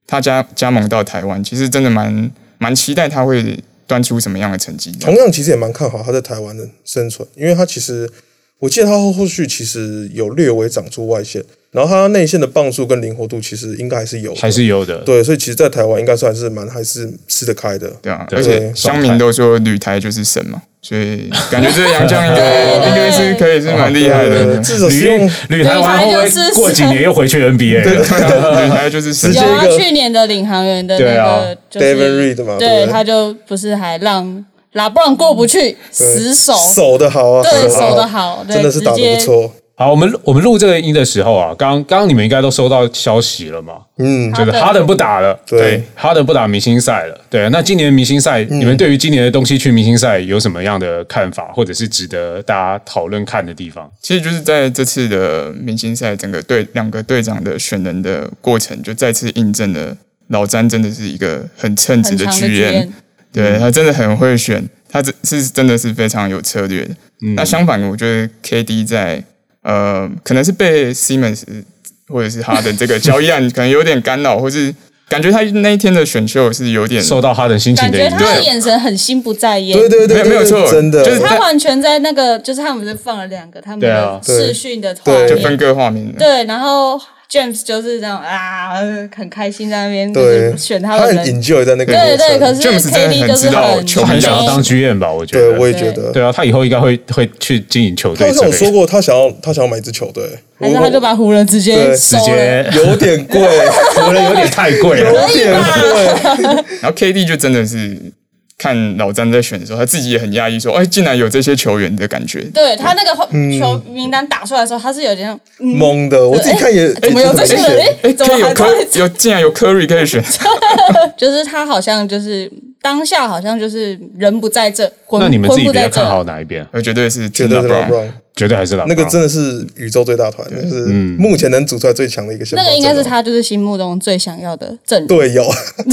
[SPEAKER 4] 他加加盟到台湾，其实真的蛮蛮期待他会端出什么样的成绩。
[SPEAKER 3] 同样其实也蛮看好他在台湾的生存，因为他其实我记得他后续其实有略微长出外线，然后他内线的磅数跟灵活度其实应该还是有的，
[SPEAKER 1] 还是有的，
[SPEAKER 3] 对，所以其实，在台湾应该算是蛮还是吃得开的。
[SPEAKER 4] 对啊，
[SPEAKER 1] 对
[SPEAKER 4] 而且乡民都说旅台就是神嘛，所以感觉这个杨绛应该应该是可以是蛮厉害
[SPEAKER 3] 呃，
[SPEAKER 4] 的。
[SPEAKER 3] 至少是
[SPEAKER 1] 旅
[SPEAKER 3] 用
[SPEAKER 1] 旅台湾会
[SPEAKER 2] 对他
[SPEAKER 1] 不
[SPEAKER 2] 就
[SPEAKER 1] 会
[SPEAKER 2] 是
[SPEAKER 1] 过几年又回 去 NBA
[SPEAKER 4] 对
[SPEAKER 1] 了？
[SPEAKER 4] 啊，旅台就是神
[SPEAKER 3] 直接
[SPEAKER 2] 有啊，
[SPEAKER 3] 一个
[SPEAKER 2] 去年的领航员的那
[SPEAKER 1] 对啊
[SPEAKER 2] 个就是
[SPEAKER 3] David Reed 嘛对
[SPEAKER 2] 对，他就不是还让拉布朗过不去，死守，
[SPEAKER 3] 守的好啊，
[SPEAKER 2] 对，
[SPEAKER 3] 得
[SPEAKER 2] 守的好，对
[SPEAKER 3] 真的是打
[SPEAKER 2] 直
[SPEAKER 3] 的
[SPEAKER 2] 接
[SPEAKER 3] 不错。
[SPEAKER 1] 好，我们我们录这个音的时候啊，刚刚你们应该都收到消息了嘛？
[SPEAKER 3] 嗯，
[SPEAKER 1] 就是哈登不打了，
[SPEAKER 3] 对，嗯
[SPEAKER 1] 哈登不打明星赛了。对，啊那今年明星赛，你们对于今年的东西区明星赛有什么样的看法，或者是值得大家讨论看的地方？
[SPEAKER 4] 其实就是在这次的明星赛，整个队两个队长的选人的过程，就再次印证了老詹真的是一个很称职
[SPEAKER 2] 很
[SPEAKER 4] 的
[SPEAKER 2] 长的
[SPEAKER 4] GM，
[SPEAKER 2] 局
[SPEAKER 1] 嗯
[SPEAKER 4] 对他真的很会选，他这是真的是非常有策略的。
[SPEAKER 1] 嗯
[SPEAKER 4] 那相反，我觉得 KD 在呃，可能是被 Simmons 或者是哈登这个交易案可能有点干扰，或是感觉他那一天的选秀是有点
[SPEAKER 1] 受到哈登心情
[SPEAKER 2] 感
[SPEAKER 1] 的
[SPEAKER 2] 觉
[SPEAKER 1] 影
[SPEAKER 2] 他
[SPEAKER 1] 响，
[SPEAKER 2] 的眼神很心不在焉，
[SPEAKER 3] 对对对，
[SPEAKER 4] 没有没有错
[SPEAKER 3] 真的
[SPEAKER 4] 就是
[SPEAKER 2] 他完全在那个，就是他们是放了两个他们
[SPEAKER 1] 对啊
[SPEAKER 2] 的视讯的画面，
[SPEAKER 3] 对
[SPEAKER 4] 就分割画面了。
[SPEAKER 2] 对然后 James 就是这样啊，很开心在那边就是
[SPEAKER 3] 对，
[SPEAKER 2] 选他
[SPEAKER 3] 他
[SPEAKER 2] 的
[SPEAKER 3] 很
[SPEAKER 2] 人，
[SPEAKER 3] enjoy 在那个
[SPEAKER 2] 对
[SPEAKER 3] 过
[SPEAKER 2] 对，
[SPEAKER 3] 程
[SPEAKER 2] 可是
[SPEAKER 4] James 真的
[SPEAKER 2] KD
[SPEAKER 4] 很
[SPEAKER 2] 就
[SPEAKER 4] 知
[SPEAKER 2] 是
[SPEAKER 4] 道
[SPEAKER 2] 很
[SPEAKER 4] 球
[SPEAKER 1] 他
[SPEAKER 4] 迷
[SPEAKER 1] 很
[SPEAKER 4] 想
[SPEAKER 1] 想
[SPEAKER 4] 要
[SPEAKER 1] 要当 GM 吧？我觉
[SPEAKER 3] 对
[SPEAKER 1] 得，
[SPEAKER 3] 我也
[SPEAKER 2] 对
[SPEAKER 3] 觉得。
[SPEAKER 1] 对啊，他以后应该会会去经营球
[SPEAKER 3] 他
[SPEAKER 1] 队
[SPEAKER 3] 好
[SPEAKER 1] 之
[SPEAKER 3] 像有
[SPEAKER 1] 类
[SPEAKER 3] 说
[SPEAKER 1] 的，
[SPEAKER 3] 过，他想要他想要买一支球队，
[SPEAKER 2] 还是他就把湖人直接
[SPEAKER 3] 对
[SPEAKER 2] 收
[SPEAKER 1] 直接
[SPEAKER 2] 了，
[SPEAKER 3] 有 点贵，
[SPEAKER 1] 可能有点太贵
[SPEAKER 3] 有
[SPEAKER 1] 了。
[SPEAKER 3] 点贵，
[SPEAKER 4] 然后 KD 就真的是看老詹在选的时候，他自己也很压抑，说：“哎，竟然有这些球员的感觉。”
[SPEAKER 2] 对他那个球名单打出来的时候，他是有点像嗯
[SPEAKER 3] 懵的。我自己看也
[SPEAKER 2] 怎么有这些人？
[SPEAKER 3] 哎
[SPEAKER 2] 哎，
[SPEAKER 4] 哎，
[SPEAKER 2] 怎
[SPEAKER 4] 可
[SPEAKER 2] 么
[SPEAKER 4] 以有
[SPEAKER 2] 还在
[SPEAKER 4] 科有竟然有 Curry 可以选，
[SPEAKER 2] 就是他好像就是当下好像就是人不在这，魂
[SPEAKER 1] 那你们自己
[SPEAKER 2] 魂不
[SPEAKER 1] 比较
[SPEAKER 2] 在这
[SPEAKER 1] 看好哪一边？
[SPEAKER 4] 我绝对是
[SPEAKER 3] 绝对是
[SPEAKER 4] LeBron
[SPEAKER 3] LeBron，
[SPEAKER 1] 绝对还是老
[SPEAKER 3] 那个真的是宇宙最大团，就是目前能组出来最强的一个先发
[SPEAKER 2] 那
[SPEAKER 3] 阵
[SPEAKER 2] 个
[SPEAKER 3] 容。
[SPEAKER 2] 应该是他就是心目中最想要的阵容，
[SPEAKER 3] 队友，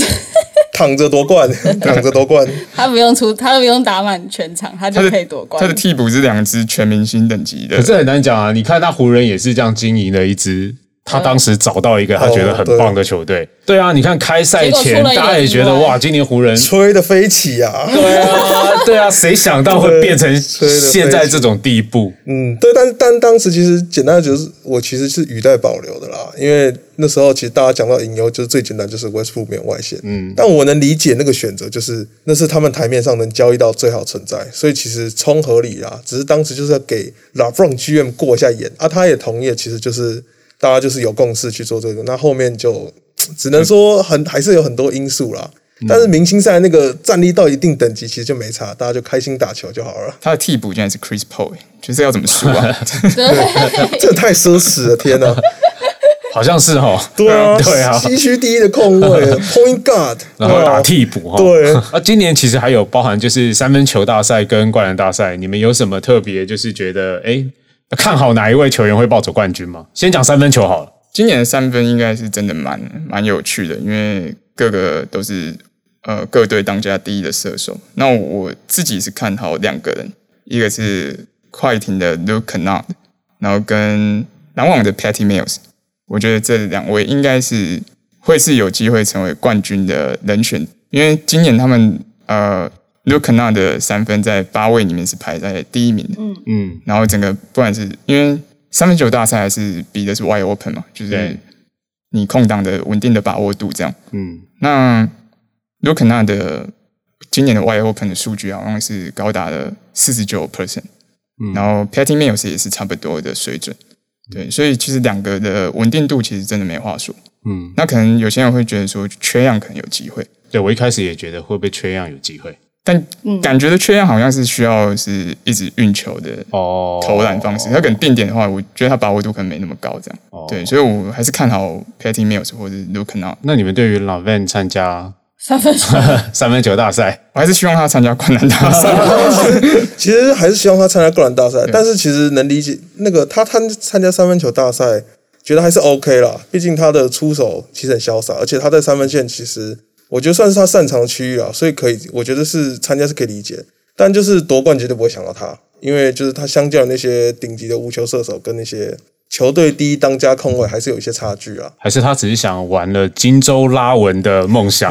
[SPEAKER 3] 躺着夺冠， 躺着夺冠，
[SPEAKER 2] 他不用出，他不用打满全场，他
[SPEAKER 4] 他
[SPEAKER 2] 就
[SPEAKER 4] 的
[SPEAKER 2] 可以夺冠
[SPEAKER 4] 他的。替补是两支全明星等级的
[SPEAKER 1] 可，是很难讲啊。你看那湖人也是这样经营的一支，他当时找到一个他觉得很棒的球
[SPEAKER 3] 嗯
[SPEAKER 1] 队。对啊，你看开赛
[SPEAKER 2] 结
[SPEAKER 1] 前
[SPEAKER 2] 果出了一个
[SPEAKER 1] 大家也觉得
[SPEAKER 2] 意外
[SPEAKER 1] 哇，今年湖人。
[SPEAKER 3] 吹的飞起啊！
[SPEAKER 1] 对啊，对啊，谁想到会变成
[SPEAKER 3] 吹得飞起
[SPEAKER 1] 现在这种地步？
[SPEAKER 3] 嗯，对，但但当时其实简单的就是我其实是语带保留的啦，因为那时候其实大家讲到隐忧，就是最简单就是 Westbrook 没有外线，嗯，但我能理解那个选择，就是那是他们台面上能交易到最好存在，所以其实冲合理啦，只是当时就是要给 LaFron GM 过一下眼啊，他也同意了，其实就是大家就是有共识去做这个，那后面就只能说很还是有很多因素啦。但是明星赛那个战力到一定等级，其实就没差，大家就开心打球就好了。
[SPEAKER 4] 他的替补竟然是 Chris Paul，哎就是要怎么输啊？
[SPEAKER 2] 对，
[SPEAKER 3] 这太奢侈了，天哪！
[SPEAKER 1] 好像是哦，
[SPEAKER 3] 对啊，
[SPEAKER 1] 对啊
[SPEAKER 3] 西区第一的控卫，Point Guard，
[SPEAKER 1] 然后
[SPEAKER 3] 对啊
[SPEAKER 1] 打替补哈。
[SPEAKER 3] 对
[SPEAKER 1] 啊，今年其实还有包含就是三分球大赛跟灌篮大赛，你们有什么特别就是觉得哎看好哪一位球员会抱走冠军吗？先讲三分球好了。
[SPEAKER 4] 今年的三分应该是真的蛮蛮有趣的，因为各个都是呃各队当家第一的射手。那我自己是看好两个人，一个是快艇的 Luke Kennard，然后跟篮网的 Patty Mills。我觉得这两位应该是会是有机会成为冠军的人选，因为今年他们呃 l u k a n a 的三分在八位里面是排在第一名的，嗯嗯，然后整个不管是因为三分球大赛还是比的是 wide open 嘛，就是
[SPEAKER 1] 对
[SPEAKER 4] 你空档的稳定的把握度这样。
[SPEAKER 1] 嗯，
[SPEAKER 4] 那 l u k a n a 的今年的 wide open 的数据好像是高达了四十九 percent，然
[SPEAKER 1] 嗯
[SPEAKER 4] 后 Patty Mills 也是差不多的水准。对，所以其实两个的稳定度其实真的没话说。
[SPEAKER 1] 嗯，
[SPEAKER 4] 那可能有些人会觉得说缺氧可能有机会，
[SPEAKER 1] 对我一开始也觉得会不会缺氧有机会
[SPEAKER 4] 但感觉的缺氧好像是需要是一直运球的
[SPEAKER 1] 哦
[SPEAKER 4] 投篮方式。他可能定点的话，我觉得他把握度可能没那么高，这样。
[SPEAKER 3] 哦
[SPEAKER 4] 对，所以我还是看好 Patty Mills 或者 Luke n o
[SPEAKER 1] 那你们对于 Lavan 参加
[SPEAKER 2] 三分球
[SPEAKER 1] 三分球大赛，
[SPEAKER 4] 我还是希望他参加灌篮大 赛。
[SPEAKER 3] 其实还是希望他参加个人大
[SPEAKER 1] 嗯
[SPEAKER 3] 赛，但是其实能理解那个他参参加三分球大赛，觉得还是 OK 啦。毕竟他的出手其实很潇洒，而且他在三分线其实我觉得算是他擅长的区域啦，啊所以可以，我觉得是参加是可以理解。但就是夺冠绝对不会想到他，因为就是他相较于那些顶级的无球射手跟那些球队第一当家控卫还是有一些差距啊，
[SPEAKER 1] 还是他只是想玩了金州拉文的梦想，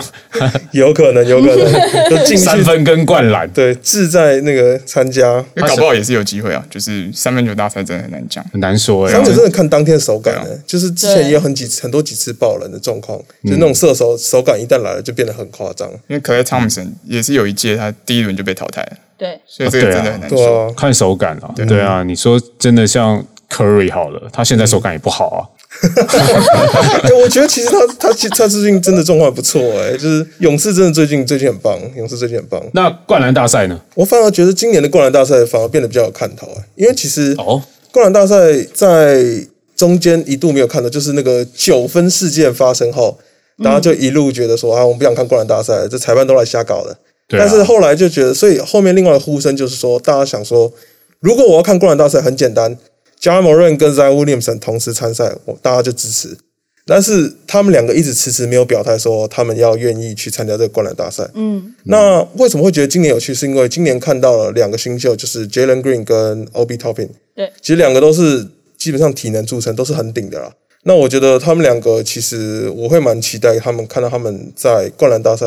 [SPEAKER 3] 有可能，有可能就进
[SPEAKER 1] 三
[SPEAKER 3] 去。
[SPEAKER 1] 分跟灌篮？
[SPEAKER 3] 对，志在那个参加，
[SPEAKER 4] 因为搞不好也是有机会啊，就是三分球大赛真的很难讲。
[SPEAKER 1] 很难说哎、
[SPEAKER 3] 三分真的看当天手感的、就是之前
[SPEAKER 2] 对
[SPEAKER 3] 也有很几很多几次爆冷的状况，就是那种射手手感一旦来了就变得很夸张。
[SPEAKER 4] 因为 Clay Thompson 也是有一届他第一轮就被淘汰了，
[SPEAKER 2] 对，
[SPEAKER 4] 所以这
[SPEAKER 1] 哦
[SPEAKER 4] 个
[SPEAKER 1] 对啊
[SPEAKER 4] 真的很难
[SPEAKER 3] 对
[SPEAKER 4] 说。
[SPEAKER 3] 啊，
[SPEAKER 1] 看手感啊，对啊，你说真的像 Curry 好了，他现在手感也不好
[SPEAKER 3] 嗯
[SPEAKER 1] 啊，
[SPEAKER 3] 哎、我觉得其实他他其实他最近真的状况还不错哎、就是勇士真的最近最近很棒，勇士最近很棒。
[SPEAKER 1] 那灌篮大赛呢？
[SPEAKER 3] 我反而觉得今年的灌篮大赛反而变得比较有看头哎、因为其实
[SPEAKER 1] 哦，
[SPEAKER 3] 灌篮大赛在中间一度没有看到，就是那个九分事件发生后，大家就一路觉得说、啊，我们不想看灌篮大赛了，这裁判都来瞎搞的。
[SPEAKER 1] 对啊
[SPEAKER 3] 但是后来就觉得，所以后面另外的呼声就是说，大家想说，如果我要看灌篮大赛，很简单 j a m o r a n 跟 Zion Williamson 同时参赛，我大家就支持。但是他们两个一直迟迟没有表态说他们要愿意去参加这个灌篮大赛。嗯，那为什么会觉得今年有趣？是因为今年看到了两个新秀，就是 Jalen Green 跟 Ob Toppin。
[SPEAKER 2] 对，
[SPEAKER 3] 其实两个都是基本上体能著称，都是很顶的啦。那我觉得他们两个其实我会蛮期待他们看到他们在灌篮大赛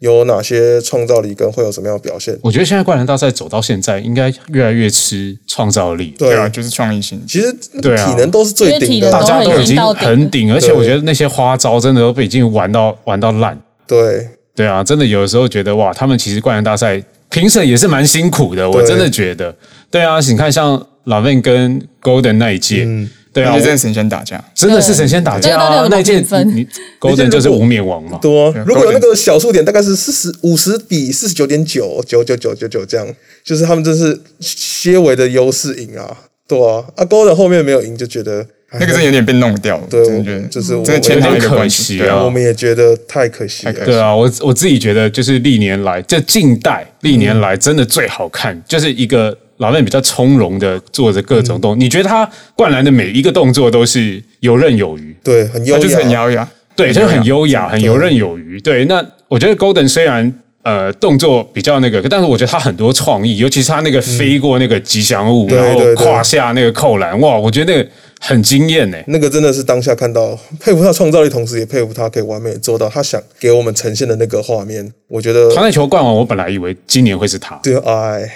[SPEAKER 3] 有哪些创造力跟会有什么样的表现。
[SPEAKER 1] 我觉得现在灌篮大赛走到现在，应该越来越吃创造力，
[SPEAKER 3] 对
[SPEAKER 4] 啊，就是创意性。
[SPEAKER 3] 其实那
[SPEAKER 1] 对
[SPEAKER 3] 个
[SPEAKER 1] 啊
[SPEAKER 3] 体能都是最
[SPEAKER 2] 因
[SPEAKER 3] 顶
[SPEAKER 2] 为体
[SPEAKER 3] 的
[SPEAKER 1] 大
[SPEAKER 2] 能
[SPEAKER 3] 啦，
[SPEAKER 1] 家
[SPEAKER 2] 都
[SPEAKER 1] 都已
[SPEAKER 2] 已
[SPEAKER 1] 经
[SPEAKER 2] 经到顶
[SPEAKER 1] 很顶，而且
[SPEAKER 3] 啊对
[SPEAKER 1] 我觉得那些花招真的都被已经玩到玩到烂。
[SPEAKER 3] 对，
[SPEAKER 1] 对啊，真的有的时候觉得哇，他们其实灌篮大赛评审也是蛮辛苦的，我
[SPEAKER 3] 对
[SPEAKER 1] 真的觉得。对啊，你看像老 n 跟 Golden 那一届，
[SPEAKER 3] 嗯
[SPEAKER 1] 对啊，
[SPEAKER 4] 而
[SPEAKER 1] 我
[SPEAKER 4] 且真的神仙打架，
[SPEAKER 1] 真的是神仙打架啊！那
[SPEAKER 2] 对
[SPEAKER 1] 一届
[SPEAKER 2] 那个到底有多少评分
[SPEAKER 1] 你你 Golden 就是无冕王嘛，
[SPEAKER 3] 多
[SPEAKER 4] 对。啊
[SPEAKER 3] 如果有那个小数点，大概是四十五十比四十九点九九九九九九这样，就是他们真是些微的优势赢啊，对啊。啊，高的后面没有赢就觉得哎
[SPEAKER 4] 那个真的有点被弄掉了，
[SPEAKER 3] 对
[SPEAKER 4] 真的觉
[SPEAKER 3] 我
[SPEAKER 4] 得
[SPEAKER 3] 就是我
[SPEAKER 4] 真的欠他一个关系。
[SPEAKER 1] 有点可惜啊
[SPEAKER 4] 对
[SPEAKER 3] 我们也觉得太可惜
[SPEAKER 4] 太可
[SPEAKER 3] 了
[SPEAKER 4] 惜。
[SPEAKER 1] 对啊，我我自己觉得就是历年来，这近代
[SPEAKER 3] 嗯
[SPEAKER 1] 历年来真的最好看，就是一个老妹比较从容的做着各
[SPEAKER 3] 嗯
[SPEAKER 1] 种动作。你觉得他灌篮的每一个动作都是游刃有余，
[SPEAKER 3] 对，很优雅，
[SPEAKER 4] 他啊就是很优雅，
[SPEAKER 1] 对，
[SPEAKER 3] 啊
[SPEAKER 1] 就是很
[SPEAKER 4] 优
[SPEAKER 1] 优雅，很游刃有余。对，那我觉得 Golden 虽然呃动作比较那个，但是我觉得他很多创意，尤其是他那个飞过那个吉祥物，
[SPEAKER 3] 嗯对
[SPEAKER 1] 然后
[SPEAKER 3] 对对
[SPEAKER 1] 胯下那个扣篮，哇，我觉得那个很惊艳呢。
[SPEAKER 3] 那个真的是当下看到佩服他创造力，同时也佩服他可以完美地做到他想给我们呈现的那个画面。我觉得
[SPEAKER 1] 他，那球灌完，我本来以为今年会是他，
[SPEAKER 3] 对，哎，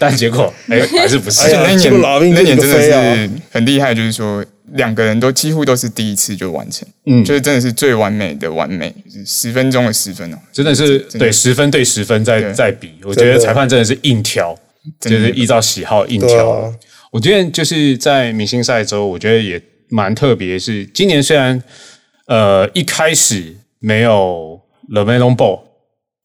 [SPEAKER 1] 但结果哎还是不是
[SPEAKER 3] 哎。呀
[SPEAKER 4] 而且
[SPEAKER 3] 这个
[SPEAKER 4] 那
[SPEAKER 3] 老兵
[SPEAKER 4] 一年那一年
[SPEAKER 3] 这
[SPEAKER 4] 真
[SPEAKER 3] 个
[SPEAKER 4] 的
[SPEAKER 3] 飞啊
[SPEAKER 4] 是很厉害，就是说两个人都几乎都是第一次就完成，嗯，就是真的是最完美的完美，就是十分钟的十分哦，
[SPEAKER 1] 真的是对十分对十分在
[SPEAKER 4] 对
[SPEAKER 1] 在比，我觉得
[SPEAKER 3] 真的
[SPEAKER 1] 裁判真的是硬挑，就
[SPEAKER 4] 真的
[SPEAKER 1] 是依照喜好硬
[SPEAKER 3] 对
[SPEAKER 1] 挑。
[SPEAKER 3] 啊
[SPEAKER 1] 我觉得就是在明星赛周，我觉得也蛮特别是，今年虽然呃一开始没有 l e m e l o n Ball，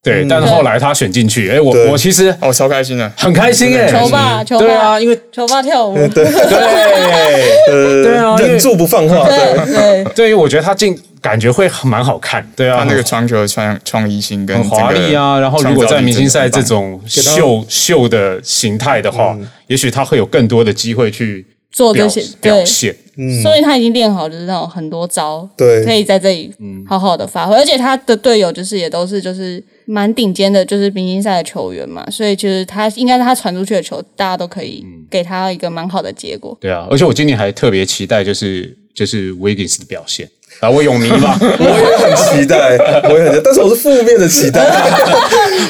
[SPEAKER 1] 对，但是后来他选进去，哎，我
[SPEAKER 3] 对
[SPEAKER 1] 我其实
[SPEAKER 4] 哦，超开心的，
[SPEAKER 1] 很开心哎、
[SPEAKER 2] 球吧球 吧
[SPEAKER 1] 对啊，因为
[SPEAKER 2] 球吧跳舞，对
[SPEAKER 3] 对，
[SPEAKER 1] 对。
[SPEAKER 3] 呃，
[SPEAKER 1] 对啊因为
[SPEAKER 3] 忍住不放话，对，
[SPEAKER 2] 对，
[SPEAKER 1] 对于我觉得他进感觉会蛮好看，对啊，
[SPEAKER 4] 他那个传球的创创意性跟
[SPEAKER 1] 很华
[SPEAKER 4] 整个
[SPEAKER 1] 丽啊。然后如果在明星赛这
[SPEAKER 4] 创造力
[SPEAKER 1] 种秀秀的形态的话，
[SPEAKER 3] 嗯
[SPEAKER 1] 也许他会有更多的机会去
[SPEAKER 2] 做
[SPEAKER 1] 哦表
[SPEAKER 2] 这些
[SPEAKER 1] 表
[SPEAKER 2] 对，
[SPEAKER 1] 现。
[SPEAKER 2] 所以他已经练好就是那种很多招，
[SPEAKER 3] 嗯对
[SPEAKER 2] 可以在这里
[SPEAKER 1] 嗯
[SPEAKER 2] 好好的发挥。而且他的队友就是也都是就是蛮顶尖的，就是明星赛的球员嘛，所以其实他应该是他传出
[SPEAKER 1] 嗯
[SPEAKER 2] 去的球，大家都可以给他一个蛮好的结果。
[SPEAKER 1] 对啊，而且我今年还特别期待，就是就是 Wiggins 的表现。啊，我泳迷 嘛，
[SPEAKER 3] 我也很期待，我也很期待，但是我是负面的期待，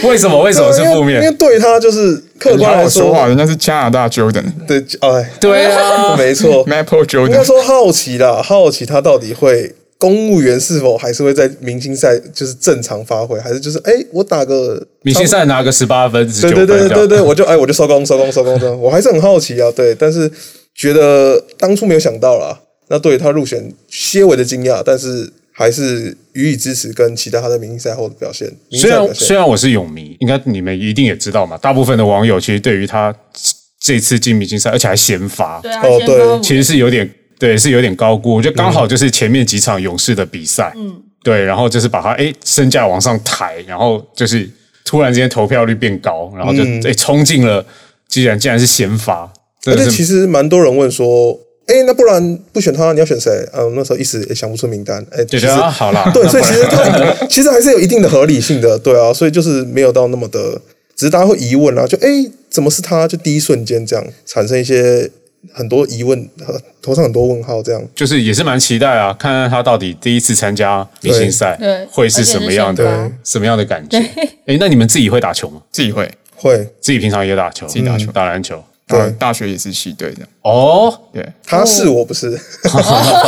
[SPEAKER 1] 为什么？ 为什么是负
[SPEAKER 3] 因为因
[SPEAKER 1] 面？
[SPEAKER 3] 为对他就是客
[SPEAKER 4] 你
[SPEAKER 3] 观
[SPEAKER 4] 好
[SPEAKER 3] 来
[SPEAKER 4] 好说话，
[SPEAKER 3] 说，
[SPEAKER 4] 人家是加拿大 Jordan，Maple
[SPEAKER 3] 对，哎，
[SPEAKER 1] 对啊，
[SPEAKER 3] 没错，应该
[SPEAKER 4] Jordan，
[SPEAKER 3] 说好奇啦，好奇他到底会公务员是否还是会在明星赛就是正常发挥，还是就是哎、我打个
[SPEAKER 1] 明星赛拿个十八分、十
[SPEAKER 3] 对
[SPEAKER 1] 九
[SPEAKER 3] 对
[SPEAKER 1] 分这
[SPEAKER 3] 对
[SPEAKER 1] 样，
[SPEAKER 3] 对对，我就哎我就收工收工收工收工， 我还是很好奇啊，对，但是觉得当初没有想到啦，那对于他入选些微的惊讶，但是还是予以支持跟期待他在明星赛后的表现。明
[SPEAKER 1] 虽
[SPEAKER 3] 星赛表
[SPEAKER 1] 然
[SPEAKER 3] 现
[SPEAKER 1] 虽然我是泳迷，应该你们一定也知道嘛，大部分的网友其实对于他这这次进明星赛，而且还先发，
[SPEAKER 2] 对啊，
[SPEAKER 3] 哦
[SPEAKER 2] 先说
[SPEAKER 1] 其实是有点对，是有点高估。我觉得刚好就是前面几场勇士的比赛，嗯，对，然后就是把他哎身价往上抬，然后就是突然之间投票率变高，然后就
[SPEAKER 3] 嗯
[SPEAKER 1] 哎冲进了，既然竟然是先发，真
[SPEAKER 3] 而
[SPEAKER 1] 的
[SPEAKER 3] 且
[SPEAKER 1] 是
[SPEAKER 3] 其实蛮多人问说，哎、那不然不选他，你要选谁？嗯、那时候一时也想不出名单。哎、
[SPEAKER 1] 就
[SPEAKER 3] 其
[SPEAKER 1] 觉
[SPEAKER 3] 实
[SPEAKER 1] 得啊好啦，
[SPEAKER 3] 对，
[SPEAKER 1] 那
[SPEAKER 3] 所以
[SPEAKER 1] 不
[SPEAKER 3] 其
[SPEAKER 1] 然
[SPEAKER 3] 实它 其实还是有一定的合理性的，对啊，所以就是没有到那么的，只是大家会疑问啊，就哎、诶怎么是他？就第一瞬间这样产生一些很多疑问，呃头上很多问号这样。
[SPEAKER 1] 就是也是蛮期待啊，看看他到底第一次参加明星赛
[SPEAKER 2] 对对
[SPEAKER 1] 会是什么样
[SPEAKER 2] 而且是
[SPEAKER 1] 的
[SPEAKER 2] 先
[SPEAKER 1] 什么样的感觉。哎，那你们自己会打球吗？
[SPEAKER 4] 自己会，
[SPEAKER 3] 会，
[SPEAKER 1] 自己平常也打球，自
[SPEAKER 4] 己打球
[SPEAKER 1] 打篮球。
[SPEAKER 4] 然后
[SPEAKER 3] 对
[SPEAKER 4] 大学也是系队的，
[SPEAKER 1] 哦，
[SPEAKER 4] 对，
[SPEAKER 3] 他是我不是，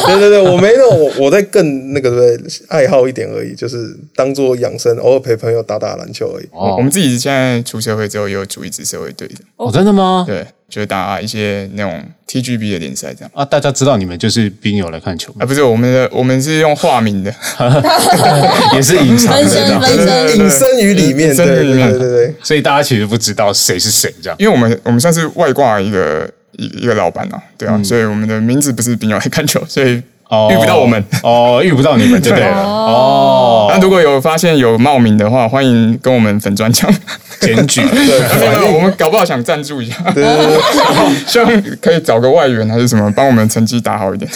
[SPEAKER 3] 对对对，我没有，我我在更那个对不对爱好一点而已，就是当做养生，偶尔陪朋友打打篮球而已。
[SPEAKER 1] 哦
[SPEAKER 4] 我们自己现在出社会之后也有组一支社会队的，
[SPEAKER 1] 哦，真的吗？
[SPEAKER 4] 对，就是打一些那种 TGB 的联赛这样。
[SPEAKER 1] 啊，大家知道你们就是兵友来看球吗
[SPEAKER 4] 啊，？不是我们的，我们是用化名的，
[SPEAKER 1] 也是隐藏
[SPEAKER 2] 分
[SPEAKER 1] 的这
[SPEAKER 2] 身
[SPEAKER 1] 样，
[SPEAKER 2] 分身，
[SPEAKER 3] 隐身于里面，
[SPEAKER 4] 隐
[SPEAKER 3] 对
[SPEAKER 4] 身于
[SPEAKER 3] 对
[SPEAKER 4] 里面
[SPEAKER 3] 对对对，
[SPEAKER 1] 所以大家其实不知道谁是谁这样。
[SPEAKER 4] 因为我们我们算是外挂一个一一个老板啊，对
[SPEAKER 1] 嗯
[SPEAKER 4] 啊，所以我们的名字不是冰友来看球， 所以
[SPEAKER 1] 哦
[SPEAKER 4] 遇不到我们。
[SPEAKER 1] 哦，遇不到你们就对了哦。
[SPEAKER 4] 那如果有发现有冒名的话，欢迎跟我们粉专 讲。
[SPEAKER 1] 检举，
[SPEAKER 4] 没有没有我们搞不好想赞助一 下，
[SPEAKER 3] 对对对
[SPEAKER 4] 希望可以找个外援还是什么，帮我们成绩打好一点。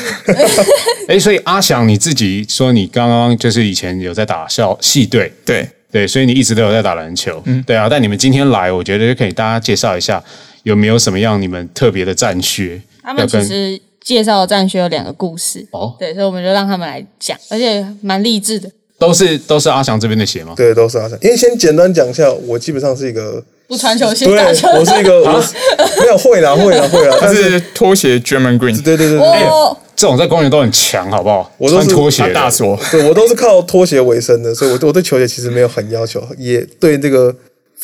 [SPEAKER 1] 哎，所以阿翔你自己说你刚刚就是以前有在打校系队，
[SPEAKER 4] 对，
[SPEAKER 1] 对，所以你一直都有在打篮球，对啊。但你们今天来，我觉得就可以大家介绍一下有没有什么样你们特别的战靴，
[SPEAKER 2] 他们
[SPEAKER 1] 要
[SPEAKER 2] 其
[SPEAKER 1] 跟
[SPEAKER 2] 实介绍的战区有两个故事，
[SPEAKER 1] 哦
[SPEAKER 2] 对，所以我们就让他们来讲，而且蛮励志的，
[SPEAKER 1] 都是都是阿翔这边的鞋吗？
[SPEAKER 3] 对，都是阿翔。因为先简单讲一下，我基本上是一个
[SPEAKER 2] 不传球先
[SPEAKER 3] 对，
[SPEAKER 2] 打球。
[SPEAKER 3] 我是一个，我是没有会啦，会啦，会啦，
[SPEAKER 4] 他
[SPEAKER 3] 但是
[SPEAKER 4] 是拖鞋 German Green，
[SPEAKER 3] 对对对对，
[SPEAKER 2] 哦，
[SPEAKER 1] 这种在公园都很强，好不好？
[SPEAKER 3] 我都
[SPEAKER 1] 穿
[SPEAKER 3] 是
[SPEAKER 1] 拖鞋
[SPEAKER 4] 他
[SPEAKER 1] 的
[SPEAKER 4] 大锁，
[SPEAKER 3] 对我都是靠拖鞋为生的，所以我我对球鞋其实没有很要求，也对这个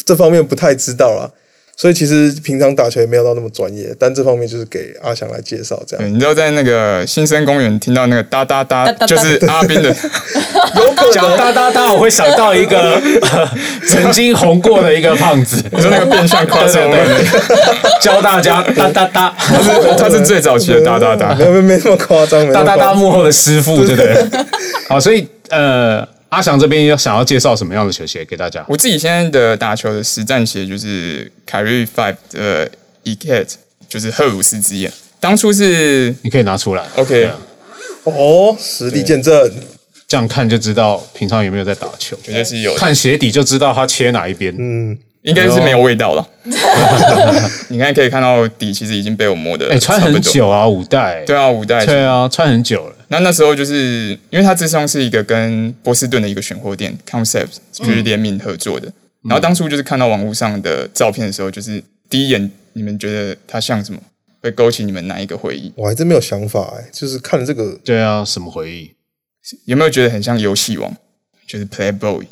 [SPEAKER 3] 这方面不太知道啦。所以其实平常打球也没有到那么专业，但这方面就是给阿翔来介绍这
[SPEAKER 4] 对，
[SPEAKER 3] 样。
[SPEAKER 4] 你知道在那个新生公园听到那个哒哒哒，
[SPEAKER 2] 哒哒哒
[SPEAKER 4] 就是阿斌的，
[SPEAKER 3] 有可
[SPEAKER 1] 讲
[SPEAKER 3] 能
[SPEAKER 1] 哒哒哒，我会想到一 个、呃曾经红过的一个胖子，
[SPEAKER 4] 你说那个变相夸张，
[SPEAKER 1] 对对 教大家哒哒哒，
[SPEAKER 4] 他是嗯 他是最早期的哒哒哒
[SPEAKER 3] 没。有没有没那么夸张，没那
[SPEAKER 1] 哒
[SPEAKER 3] 么
[SPEAKER 1] 哒
[SPEAKER 3] 夸
[SPEAKER 1] 哒
[SPEAKER 3] 张。
[SPEAKER 1] 幕后的师傅，对不对？ 好，所以呃，阿翔这边要想要介绍什么样的球鞋给大家？
[SPEAKER 4] 我自己现在的打球的实战鞋就是凯瑞 Five 的 e c a t 就是赫鲁斯之眼。当初是
[SPEAKER 1] 你可以拿出来嗯
[SPEAKER 4] OK，
[SPEAKER 3] 哦，实力见证，
[SPEAKER 1] 这样看就知道平常有没有在打球，
[SPEAKER 4] 绝对是有的，
[SPEAKER 1] 看鞋底就知道他切哪一边。
[SPEAKER 4] 嗯应该是没有味道了。
[SPEAKER 1] 哎
[SPEAKER 4] 你看可以看到底其实已经被我磨的，
[SPEAKER 1] 哎，穿很，久啊，五代。
[SPEAKER 4] 对啊，五代。
[SPEAKER 1] 对啊，穿很久了。
[SPEAKER 4] 那那时候就是因为它自上是一个跟波士顿的一个选货店 Concept
[SPEAKER 1] 嗯
[SPEAKER 4] 就是联名合作的，然后当初就是看到网络上的照片的时候，就是第一眼你们觉得它像什么，会勾起你们哪一个回忆？
[SPEAKER 3] 我还真没有想法哎、就是看了这个，
[SPEAKER 1] 对啊，什么回忆？
[SPEAKER 4] 有没有觉得很像游戏王，就是 Playboy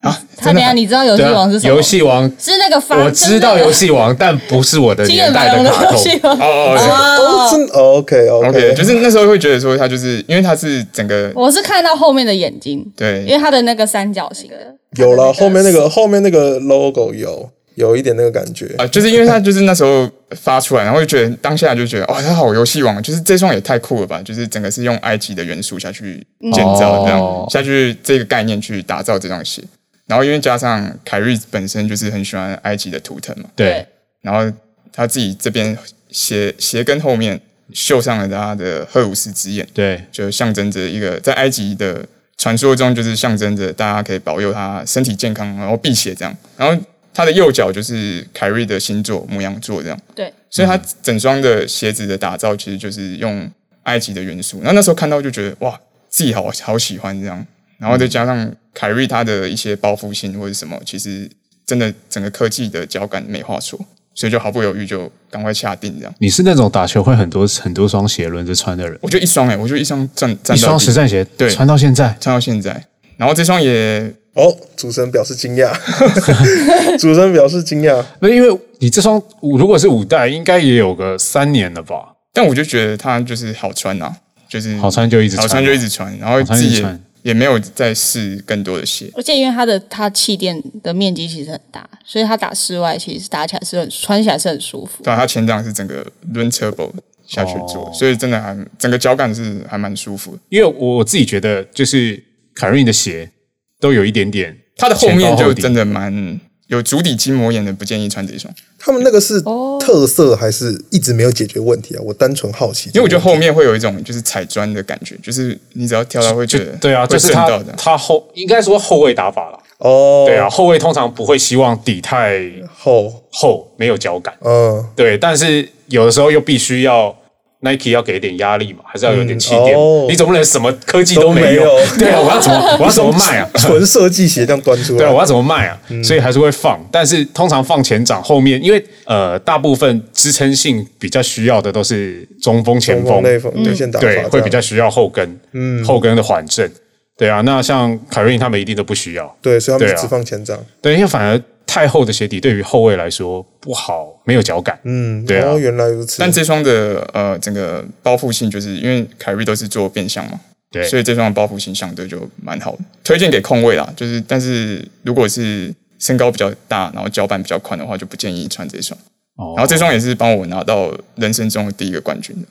[SPEAKER 4] 啊？
[SPEAKER 2] 他等
[SPEAKER 4] 真的
[SPEAKER 2] 一下，
[SPEAKER 4] 很
[SPEAKER 2] 你知道游戏
[SPEAKER 1] 对啊
[SPEAKER 2] 王是什么？
[SPEAKER 1] 游戏王，
[SPEAKER 2] 是那个发，
[SPEAKER 1] 我知道游戏王，但不是我的
[SPEAKER 2] 经验
[SPEAKER 1] 呃年
[SPEAKER 2] 版
[SPEAKER 1] 代
[SPEAKER 2] 的
[SPEAKER 1] 的卡
[SPEAKER 2] 游
[SPEAKER 1] 通。
[SPEAKER 2] 戏王。
[SPEAKER 4] 哦哦哦
[SPEAKER 3] 哦，真 OK
[SPEAKER 4] OK，
[SPEAKER 3] OK，
[SPEAKER 4] 就是那时候会觉得说他就是因为他是整个
[SPEAKER 2] 我是看到后面的眼睛，因
[SPEAKER 4] 对
[SPEAKER 2] 为它的那个三角形的，
[SPEAKER 3] 有了后面那个后面那个 logo 有有一点那个感觉，
[SPEAKER 4] 啊、就是因为他就是那时候发出来，然后就觉得当下就觉得哦，他好游戏王，就是这双也太酷了吧！就是整个是用埃及的元素下去建造，
[SPEAKER 1] 嗯
[SPEAKER 4] 这样、
[SPEAKER 1] 哦
[SPEAKER 4] 下去这个概念去打造这双鞋。然后因为加上凯瑞本身就是很喜欢埃及的图腾嘛，
[SPEAKER 1] 对，
[SPEAKER 4] 然后他自己这边鞋鞋跟后面绣上了他的赫鲁斯之眼，
[SPEAKER 1] 对，
[SPEAKER 4] 就象征着一个在埃及的传说中，就是象征着大家可以保佑他身体健康，然后辟邪这样。然后他的右脚就是凯瑞的星座母羊座这样，
[SPEAKER 2] 对，
[SPEAKER 4] 所以他整双的鞋子的打造其实就是用埃及的元素。那那时候看到就觉得哇，自己好好喜欢这样，然后再加上凯瑞他的一些包覆性或者什么，其实真的整个科技的脚感没话说，所以就毫不犹豫就赶快下定这样。
[SPEAKER 1] 你是那种打球会很多很多双鞋轮着穿的人，
[SPEAKER 4] 我就一双哎、我就一双站站
[SPEAKER 1] 一
[SPEAKER 4] 到
[SPEAKER 1] 双
[SPEAKER 4] 底
[SPEAKER 1] 实战鞋，
[SPEAKER 4] 对
[SPEAKER 1] 穿到现在，
[SPEAKER 4] 穿到现在，然后这双也
[SPEAKER 3] 哦，主持人表示惊讶，主持人表示惊讶，
[SPEAKER 1] 那因为你这双五如果是五代，应该也有个三年了吧？
[SPEAKER 4] 但我就觉得它就是好穿啊，就是
[SPEAKER 1] 好穿就一直穿
[SPEAKER 4] 好穿就一直穿，然后
[SPEAKER 1] 穿
[SPEAKER 4] 自
[SPEAKER 1] 一直
[SPEAKER 4] 己也
[SPEAKER 1] 穿
[SPEAKER 4] 也没有再试更多的鞋，
[SPEAKER 2] 而且因为它的它气垫的面积其实很大，所以它打室外其实打起来是很穿起来是很舒服。
[SPEAKER 4] 对、啊，它前掌是整个抡 turbo 下去做，
[SPEAKER 1] 哦
[SPEAKER 4] 所以真的还整个脚感是还蛮舒服的。
[SPEAKER 1] 因为我我自己觉得，就是凯瑞的鞋都有一点点
[SPEAKER 4] 它的后面就真
[SPEAKER 1] 的
[SPEAKER 4] 的蛮有足底筋膜炎的，不建议穿这一双，
[SPEAKER 3] 他们那个是
[SPEAKER 2] 哦
[SPEAKER 3] 特色还是一直没有解决问题啊？我单纯好奇这
[SPEAKER 4] 因
[SPEAKER 3] 个
[SPEAKER 4] 为我
[SPEAKER 3] 问题，
[SPEAKER 4] 觉得后面会有一种就是踩砖的感觉，就是你只要跳到会觉得
[SPEAKER 1] 对啊，
[SPEAKER 4] 会
[SPEAKER 1] 就是
[SPEAKER 4] 震
[SPEAKER 1] 他
[SPEAKER 4] 到的。
[SPEAKER 1] 他后应该说后卫打法了，
[SPEAKER 3] 哦，
[SPEAKER 1] 对啊，，后卫通常不会希望底太
[SPEAKER 3] 后，
[SPEAKER 1] 厚，没有脚感，
[SPEAKER 3] 嗯，
[SPEAKER 1] 对，但是有的时候又必须要 Nike 要给点压力嘛，还是要有点气垫，
[SPEAKER 3] 嗯哦
[SPEAKER 1] 你总不能什么科技
[SPEAKER 3] 都
[SPEAKER 1] 没
[SPEAKER 3] 没有
[SPEAKER 1] 对啊，我要怎么我要怎么卖 啊？
[SPEAKER 3] 纯设计鞋这样端出来，
[SPEAKER 1] 对啊，我要怎么卖啊？
[SPEAKER 3] 嗯
[SPEAKER 1] 所以还是会放，但是通常放前掌后面，因为呃，大部分支撑性比较需要的都是中锋、前
[SPEAKER 3] 前
[SPEAKER 1] 锋
[SPEAKER 3] 锋、内锋对线打法这
[SPEAKER 1] 对，
[SPEAKER 3] 样，嗯
[SPEAKER 1] 会比较需要后跟，后跟的缓震，对啊。那像凯瑞他们一定都不需要，
[SPEAKER 3] 对，所以他
[SPEAKER 1] 对
[SPEAKER 3] 们
[SPEAKER 1] 啊
[SPEAKER 3] 只放前掌，
[SPEAKER 1] 对，因为反而太厚的鞋底对于后卫来说不好，没有脚感，
[SPEAKER 3] 嗯，
[SPEAKER 1] 对啊
[SPEAKER 3] 哦，原来如此，
[SPEAKER 4] 但这双的呃整个包覆性，就是因为凯瑞都是做变相嘛，
[SPEAKER 1] 对，
[SPEAKER 4] 所以这双的包覆性相对就蛮好的，推荐给控卫啦。就是，但是如果是身高比较大，然后脚板比较宽的话，就不建议穿这双。
[SPEAKER 1] 哦
[SPEAKER 4] 然后这双也是帮我拿到人生中的第一个冠军的。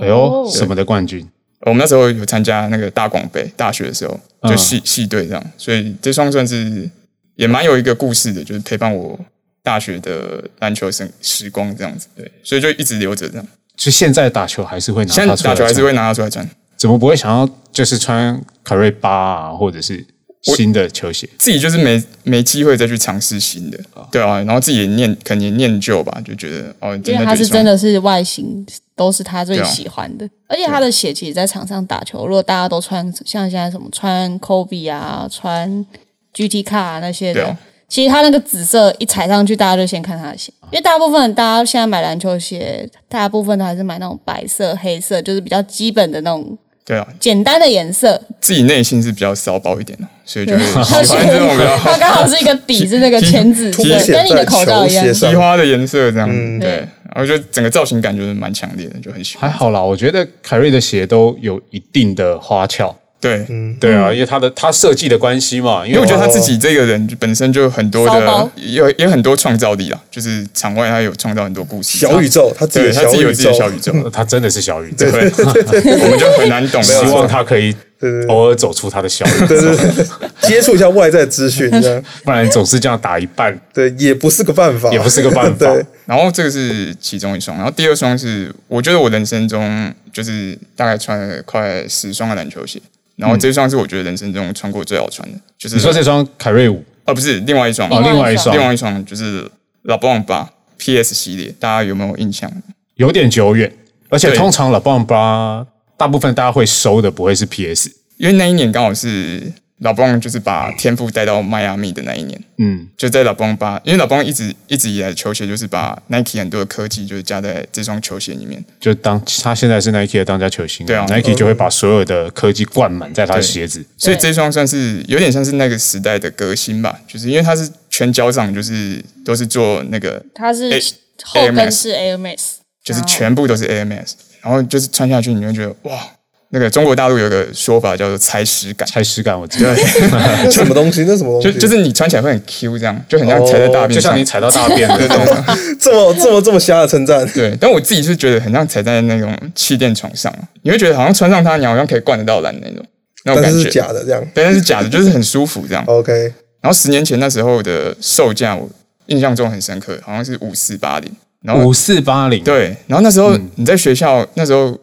[SPEAKER 1] 哎呦什么的冠军，
[SPEAKER 4] 我们那时候有参加那个大广杯，大学的时候
[SPEAKER 1] 嗯
[SPEAKER 4] 就系系队这样，所以这双算是也蛮有一个故事的，就是陪伴我大学的篮球生时光这样子。对，所以就一直留着这样。
[SPEAKER 1] 就现在打球还是会拿
[SPEAKER 4] 现
[SPEAKER 1] 它
[SPEAKER 4] 在
[SPEAKER 1] 出来
[SPEAKER 4] 打球还是
[SPEAKER 1] 穿
[SPEAKER 4] 会拿它出来穿。
[SPEAKER 1] 怎么不会想要就是穿凯瑞八啊，或者是新的球鞋？
[SPEAKER 4] 自己就是没没机会再去尝试新的，对啊，然后自己也念，可能也念旧吧，就觉得哦，
[SPEAKER 2] 因为
[SPEAKER 4] 那
[SPEAKER 2] 他
[SPEAKER 4] 就是一双
[SPEAKER 2] 真的是外形都是他最
[SPEAKER 4] 对啊
[SPEAKER 2] 喜欢的，而且他的鞋其实，在场上打球，如果大家都穿像现在什么穿 Kobe 啊、穿 GT 卡、啊、那些
[SPEAKER 4] 对
[SPEAKER 2] 的，
[SPEAKER 4] 啊
[SPEAKER 2] 其实他那个紫色一踩上去，大家就先看他的鞋，因为大部分大家现在买篮球鞋，大部分都还是买那种白色、黑色，就是比较基本的那种
[SPEAKER 4] 对啊，
[SPEAKER 2] 简单的颜色。
[SPEAKER 4] 自己内心是比较骚包一点的，所以就会
[SPEAKER 2] 他
[SPEAKER 4] 喜
[SPEAKER 2] 是
[SPEAKER 4] 欢这种比
[SPEAKER 2] 他
[SPEAKER 4] 较
[SPEAKER 2] 刚好是一个底是那个浅紫色
[SPEAKER 3] 凸，显
[SPEAKER 2] 跟你的
[SPEAKER 3] 在
[SPEAKER 2] 口罩
[SPEAKER 3] 球
[SPEAKER 2] 一样
[SPEAKER 3] 鞋。上
[SPEAKER 4] 提，花的颜色这样，
[SPEAKER 2] 对
[SPEAKER 4] 对，然后就整个造型感就是蛮强烈的，就很喜
[SPEAKER 1] 还
[SPEAKER 4] 欢。
[SPEAKER 1] 好啦，我觉得凯瑞的鞋都有一定的花俏。
[SPEAKER 4] 对，
[SPEAKER 1] 对啊，因为它的它设计的关系嘛，因
[SPEAKER 4] 嗯因为我觉得
[SPEAKER 1] 它
[SPEAKER 4] 他自己这个人就本身就很多
[SPEAKER 2] 骚包
[SPEAKER 4] 的，也有也有很多创造力啊，就是场外他有创造很多故事，
[SPEAKER 3] 小宇宙，他自己
[SPEAKER 4] 对
[SPEAKER 3] 的
[SPEAKER 4] 他
[SPEAKER 3] 小
[SPEAKER 4] 自己有
[SPEAKER 3] 宇
[SPEAKER 4] 自己
[SPEAKER 3] 宙
[SPEAKER 4] 的，小宇宙，
[SPEAKER 1] 它真的是小宇宙，
[SPEAKER 4] 嗯对， 我们就很难懂，
[SPEAKER 1] 希望它可以
[SPEAKER 3] 对对
[SPEAKER 1] 偶尔走出它的小宇
[SPEAKER 3] 对
[SPEAKER 1] 宙，
[SPEAKER 3] 对对，对 接触一下外在资讯，这样
[SPEAKER 1] 不然总是这样打一 半
[SPEAKER 3] 对也不是个办法，
[SPEAKER 1] 也不是个办法。
[SPEAKER 3] 对，
[SPEAKER 4] 然后这个是其中一双，然后第二双是我觉得我人生中就是大概穿了快十双的篮球鞋，然后这双是我觉得人生中穿过最好穿的，就是
[SPEAKER 1] 你说这双凯瑞五
[SPEAKER 4] 哦不是另外一双，
[SPEAKER 1] 哦，
[SPEAKER 2] 另
[SPEAKER 1] 另
[SPEAKER 2] 外
[SPEAKER 1] 外
[SPEAKER 2] 一
[SPEAKER 1] 一
[SPEAKER 2] 双
[SPEAKER 1] 双
[SPEAKER 4] 另外一双就是 LeBron 吧 PS 系列，大家有没有印象？
[SPEAKER 1] 有点久远，而且
[SPEAKER 4] 对
[SPEAKER 1] 通常 LeBron 八大部分大家会收的不会是 PS，
[SPEAKER 4] 因为那一年刚好是 LeBron 就是把天赋带到迈阿密的那一年，
[SPEAKER 1] 嗯，
[SPEAKER 4] 就在 LeBron 吧，因为 LeBron 一直一直以来的球鞋就是把 Nike 很多的科技就是加在这双球鞋里面，
[SPEAKER 1] 就当他现在是 Nike 的当家球星，
[SPEAKER 4] 对啊
[SPEAKER 1] ，Nike 就会把所有的科技灌满在他的鞋子，
[SPEAKER 4] 所以这双算是有点像是那个时代的革新吧，就是因为它是全脚掌，就是都是做那个，
[SPEAKER 2] 它是
[SPEAKER 4] A-
[SPEAKER 2] 后跟
[SPEAKER 4] AMS
[SPEAKER 2] 是 Air Max，
[SPEAKER 4] 就是全部都是 AMS，然后就是穿下去你会觉得哇，那个中国大陆有个说法叫做踩屎感，
[SPEAKER 1] 才实感我知道，
[SPEAKER 3] 那什么东西？那什么东
[SPEAKER 4] 就
[SPEAKER 3] 西？
[SPEAKER 4] 就是你穿起来会很 Q，这样就很像踩在大 便
[SPEAKER 1] 哦就
[SPEAKER 4] 上，
[SPEAKER 1] 像你踩到大便的那种，
[SPEAKER 3] 这么这么这么瞎的称赞，
[SPEAKER 4] 对，但我自己是觉得很像踩在那种气垫床上，你会觉得好像穿上它，你好像可以灌得到篮那种那种
[SPEAKER 3] 但
[SPEAKER 4] 感
[SPEAKER 3] 是
[SPEAKER 4] 觉
[SPEAKER 3] 是，假的这样。
[SPEAKER 4] 对，但是假的，就是很舒服这样。
[SPEAKER 3] OK，
[SPEAKER 4] 然后十年前那时候的售价，我印象中很深刻，好像是五四八零。然后
[SPEAKER 1] 五四八零，，嗯
[SPEAKER 4] 对，然后那时候你在学校，那时候
[SPEAKER 1] 那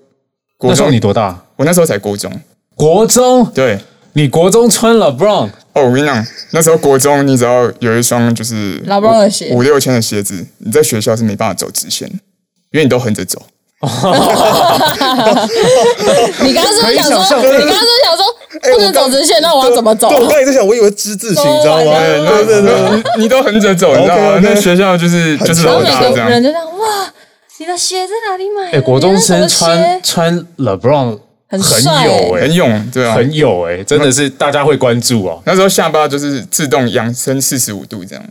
[SPEAKER 4] 国
[SPEAKER 1] 时候
[SPEAKER 4] 中，
[SPEAKER 1] 你多大？
[SPEAKER 4] 我那时候才国中。
[SPEAKER 1] 国中，
[SPEAKER 4] 对，
[SPEAKER 1] 你国中穿 LeBron，
[SPEAKER 4] 哦，我跟你讲，那时候国中，你只要有一双就是
[SPEAKER 2] 老 b r 的鞋
[SPEAKER 4] 五，六千的鞋子，你在学校是没办法走直线的，因为你都横着走。
[SPEAKER 2] 你刚刚是不
[SPEAKER 1] 可
[SPEAKER 2] 是想
[SPEAKER 1] 以想象
[SPEAKER 2] 说，你刚刚是不是想说
[SPEAKER 3] 哎
[SPEAKER 2] 不能走直线，那我要怎么走？Oh
[SPEAKER 3] 对，我刚才在想，我以为之字形，你知道吗？
[SPEAKER 2] 对
[SPEAKER 1] 哦
[SPEAKER 3] 对对对，
[SPEAKER 4] 你你都横着走，你知道吗
[SPEAKER 3] OK，OK？
[SPEAKER 4] 那学校就是
[SPEAKER 3] 很
[SPEAKER 4] 就是
[SPEAKER 2] 然后
[SPEAKER 4] 老
[SPEAKER 2] 每
[SPEAKER 1] 啊
[SPEAKER 4] 大
[SPEAKER 2] 个
[SPEAKER 4] 这样。
[SPEAKER 2] 人就这样哇，你的鞋在哪里买的？
[SPEAKER 1] 哎，国中生
[SPEAKER 2] 你那
[SPEAKER 1] 穿
[SPEAKER 2] 是什么鞋
[SPEAKER 1] 穿 LeBron
[SPEAKER 2] 哎很
[SPEAKER 1] 很
[SPEAKER 2] 帅
[SPEAKER 1] 有
[SPEAKER 4] 很
[SPEAKER 1] 哎，
[SPEAKER 4] 勇，对啊。
[SPEAKER 1] 很有哎，真的是大家会关注哦。
[SPEAKER 4] 那时候下巴就是自动扬升四十五度这样，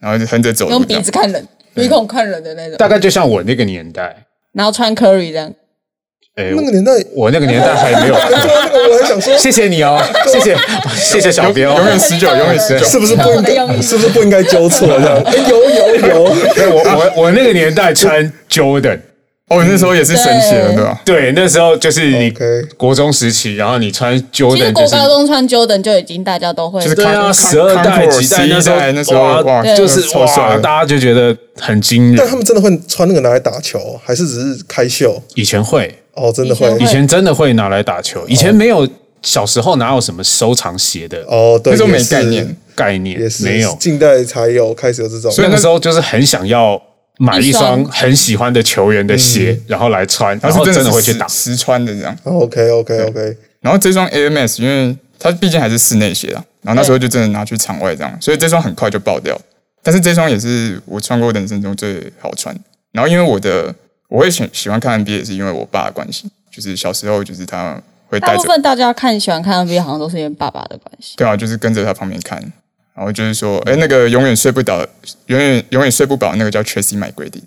[SPEAKER 4] 然后就横着走
[SPEAKER 2] 用
[SPEAKER 4] 路这
[SPEAKER 2] 鼻
[SPEAKER 4] 样
[SPEAKER 2] 子。看人，鼻孔看人的那种，
[SPEAKER 1] 大概就像我那个年代，
[SPEAKER 2] 然后穿 Curry 这样，
[SPEAKER 1] 哎，
[SPEAKER 3] 那个年代，
[SPEAKER 1] 我那个年代还没有。
[SPEAKER 3] 对啊，那个我还想说，
[SPEAKER 1] 谢谢你哦，谢谢谢谢小
[SPEAKER 4] 永
[SPEAKER 1] 彪
[SPEAKER 4] 远。十九，永远十
[SPEAKER 3] 是
[SPEAKER 4] 九。
[SPEAKER 3] 不是不应
[SPEAKER 2] 你懂我的用
[SPEAKER 3] 该，
[SPEAKER 2] 意
[SPEAKER 3] 是不是不应该纠错这 样？哎有有有，
[SPEAKER 1] 对我我我那个年代穿 Jordan，
[SPEAKER 4] 哦，那时候也是神鞋了，
[SPEAKER 2] 对
[SPEAKER 4] 对吧？
[SPEAKER 1] 对，那时候就是你
[SPEAKER 3] OK
[SPEAKER 1] 国中时期，然后你穿
[SPEAKER 2] 其实
[SPEAKER 1] Jordan
[SPEAKER 2] 国
[SPEAKER 1] 就是
[SPEAKER 2] 高中穿 Jordan 就已经大家都会
[SPEAKER 4] 就是
[SPEAKER 1] 对啊，
[SPEAKER 4] 康
[SPEAKER 1] 十二代
[SPEAKER 4] 康
[SPEAKER 1] 几代
[SPEAKER 4] 11
[SPEAKER 1] 那
[SPEAKER 4] 代那
[SPEAKER 1] 时
[SPEAKER 4] 时
[SPEAKER 1] 候
[SPEAKER 4] 候哇
[SPEAKER 2] 对
[SPEAKER 1] 就是
[SPEAKER 4] 超帅
[SPEAKER 1] 哇，
[SPEAKER 4] 的
[SPEAKER 1] 大家就觉得很惊
[SPEAKER 3] 但他
[SPEAKER 1] 人。
[SPEAKER 3] 们真的会穿那个拿来打球，还是只是开秀？
[SPEAKER 1] 以前会，
[SPEAKER 3] 哦，真的会
[SPEAKER 2] 以前
[SPEAKER 1] 以前真的会拿来打球，以前没有小时候哪有什么收藏鞋的
[SPEAKER 3] 哦，对，
[SPEAKER 4] 那时候
[SPEAKER 3] 也
[SPEAKER 4] 没
[SPEAKER 3] 是
[SPEAKER 4] 概念，
[SPEAKER 1] 概念
[SPEAKER 3] 也，是
[SPEAKER 1] 没有。
[SPEAKER 3] 近代才有开始有这种。
[SPEAKER 1] 所以
[SPEAKER 4] 以
[SPEAKER 1] 那
[SPEAKER 4] 那
[SPEAKER 1] 时候就是很想要买一
[SPEAKER 2] 一双
[SPEAKER 1] 双很喜欢的球员的鞋，然后来穿，然
[SPEAKER 4] 然后
[SPEAKER 1] 后
[SPEAKER 4] 是
[SPEAKER 1] 真的
[SPEAKER 4] 的是
[SPEAKER 1] 会去
[SPEAKER 4] 实
[SPEAKER 1] 打。
[SPEAKER 4] 实穿的这样。
[SPEAKER 3] OK OK OK，
[SPEAKER 4] 然后这双 AMS，因为它毕竟还是室内鞋啊，然后那时候就真的拿去场外这样，所以这双很快就爆掉。但是这双也是我穿过的人生中最好穿。然后因为我的我会喜喜欢看 NBA，也是因为我爸的关系，就是小时候就是他会带
[SPEAKER 2] 大部
[SPEAKER 4] 着
[SPEAKER 2] 分大家看喜欢看 NBA 好像都是因为爸爸的关系。
[SPEAKER 4] 对啊，就是跟着他旁边看，然后就是说，哎、那个永远睡不倒，永远永远睡不饱，那个叫 Tracy McGrady，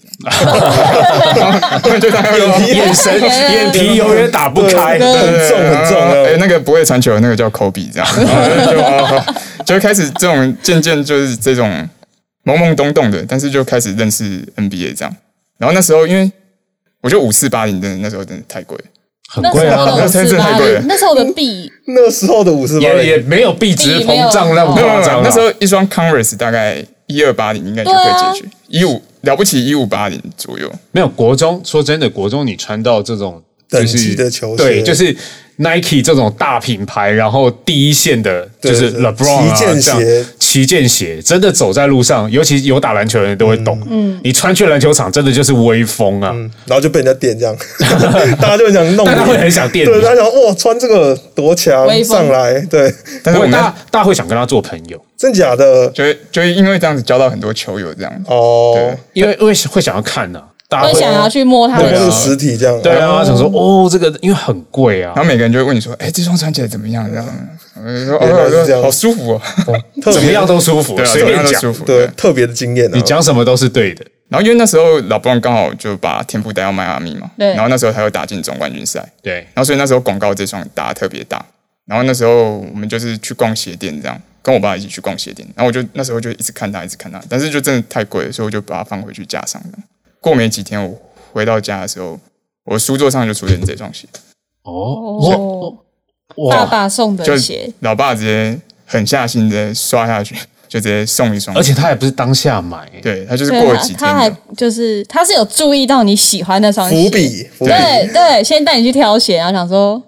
[SPEAKER 4] 就大概说
[SPEAKER 1] 眼神、眼皮永远打不开，
[SPEAKER 3] 很重很重嗯
[SPEAKER 4] 哎、
[SPEAKER 3] 的。
[SPEAKER 4] 那个不会传球的那个叫 Kobe，这样， 然后就、哦、就会开始这种渐渐就是这种懵懵懂懂的，但是就开始认识 NBA 这样。然后那时候因为我觉得五四八零真的那时候真的太贵，
[SPEAKER 1] 很
[SPEAKER 2] 那
[SPEAKER 1] 贵
[SPEAKER 2] 时
[SPEAKER 1] 啊
[SPEAKER 2] 候。的
[SPEAKER 4] 那真是太贵了
[SPEAKER 2] 那时候的币
[SPEAKER 3] 那时候的五十八
[SPEAKER 1] 也也没有币值
[SPEAKER 2] 币没有
[SPEAKER 1] 膨胀那么
[SPEAKER 4] 没有没
[SPEAKER 1] 夸
[SPEAKER 4] 有没有
[SPEAKER 1] 张啊。
[SPEAKER 4] 那时候一双 Converse 大概一二八零应该就可以解
[SPEAKER 3] 啊
[SPEAKER 4] 决，一五、了不起一五八零左右。
[SPEAKER 1] 没有国中，说真的，国中你穿到这种就是
[SPEAKER 3] 等级的球鞋
[SPEAKER 1] 对，就是 Nike 这种大品牌，然后第一线的
[SPEAKER 3] 对
[SPEAKER 1] 就是
[SPEAKER 3] 对
[SPEAKER 1] LeBron 啊，
[SPEAKER 3] 旗舰
[SPEAKER 1] 这样
[SPEAKER 3] 鞋
[SPEAKER 1] 旗舰鞋真的走在路上，尤其有打篮球的人都会懂。嗯，你穿去篮球场真的就是威风啊，
[SPEAKER 3] 嗯然后就被人家 电这样，大家就很想弄
[SPEAKER 1] 大家会
[SPEAKER 3] 你，
[SPEAKER 1] 很想电
[SPEAKER 3] 对，
[SPEAKER 1] 你，
[SPEAKER 3] 大家想哇，穿这个多强
[SPEAKER 2] 威，风
[SPEAKER 3] 上来，对，
[SPEAKER 4] 但
[SPEAKER 1] 不
[SPEAKER 4] 是
[SPEAKER 1] 过
[SPEAKER 4] 我们
[SPEAKER 1] 大大家会想跟他做朋友，
[SPEAKER 3] 真假的
[SPEAKER 4] 就会就会因为这样子交到很多球友这样。
[SPEAKER 3] 哦
[SPEAKER 4] 对，
[SPEAKER 1] 因为因为会想要看呢、大家
[SPEAKER 2] 会想要去摸它
[SPEAKER 3] 或
[SPEAKER 2] 的鞋
[SPEAKER 3] 者是，实体这样，
[SPEAKER 1] 对啊，想说哦，这个因为很贵啊
[SPEAKER 4] 然，后每个人就会问你说：“哎、这双穿起来怎么样？”这样，我就说：“
[SPEAKER 3] 原来是
[SPEAKER 4] 哦，我
[SPEAKER 3] 这
[SPEAKER 4] 说
[SPEAKER 3] 样
[SPEAKER 4] 好舒服哦。
[SPEAKER 3] 特
[SPEAKER 1] 怎么
[SPEAKER 3] 别
[SPEAKER 1] 样都舒服，
[SPEAKER 4] 对啊，
[SPEAKER 1] 随
[SPEAKER 4] 怎么
[SPEAKER 1] 便
[SPEAKER 4] 样都
[SPEAKER 1] 讲，
[SPEAKER 4] 舒服。
[SPEAKER 3] 对特别的经验啊，
[SPEAKER 1] 你讲什么都是对的。
[SPEAKER 4] 然后因为那时候老布朗刚好就把天赋带到迈阿密嘛，
[SPEAKER 2] 对
[SPEAKER 4] 然后那时候他又打进总冠军赛，
[SPEAKER 1] 对，
[SPEAKER 4] 然后所以那时候广告这双打得特别大。然后那时候我们就是去逛鞋店，这样跟我爸一起去逛鞋店。然后我就那时候就一直看它，一直看它，但是就真的太贵了，所以我就把它放回去架上了。过没几天，我回到家的时候，我书桌上就出现这双鞋，
[SPEAKER 1] 哦，
[SPEAKER 2] 哦，
[SPEAKER 1] 我
[SPEAKER 2] 爸爸送
[SPEAKER 4] 就
[SPEAKER 2] 的鞋，
[SPEAKER 4] 老爸直接狠下心直接刷下去，就直接送一双。
[SPEAKER 1] 而且他也不是当下买，
[SPEAKER 4] 对他就是
[SPEAKER 2] 对
[SPEAKER 4] 过了
[SPEAKER 2] 啊
[SPEAKER 4] 几
[SPEAKER 2] 他
[SPEAKER 4] 天
[SPEAKER 2] 还
[SPEAKER 4] 的，
[SPEAKER 2] 就是他是有注意到你喜欢那双鞋，
[SPEAKER 3] 伏笔，伏笔，
[SPEAKER 2] 对对，先带你去挑鞋，然后想说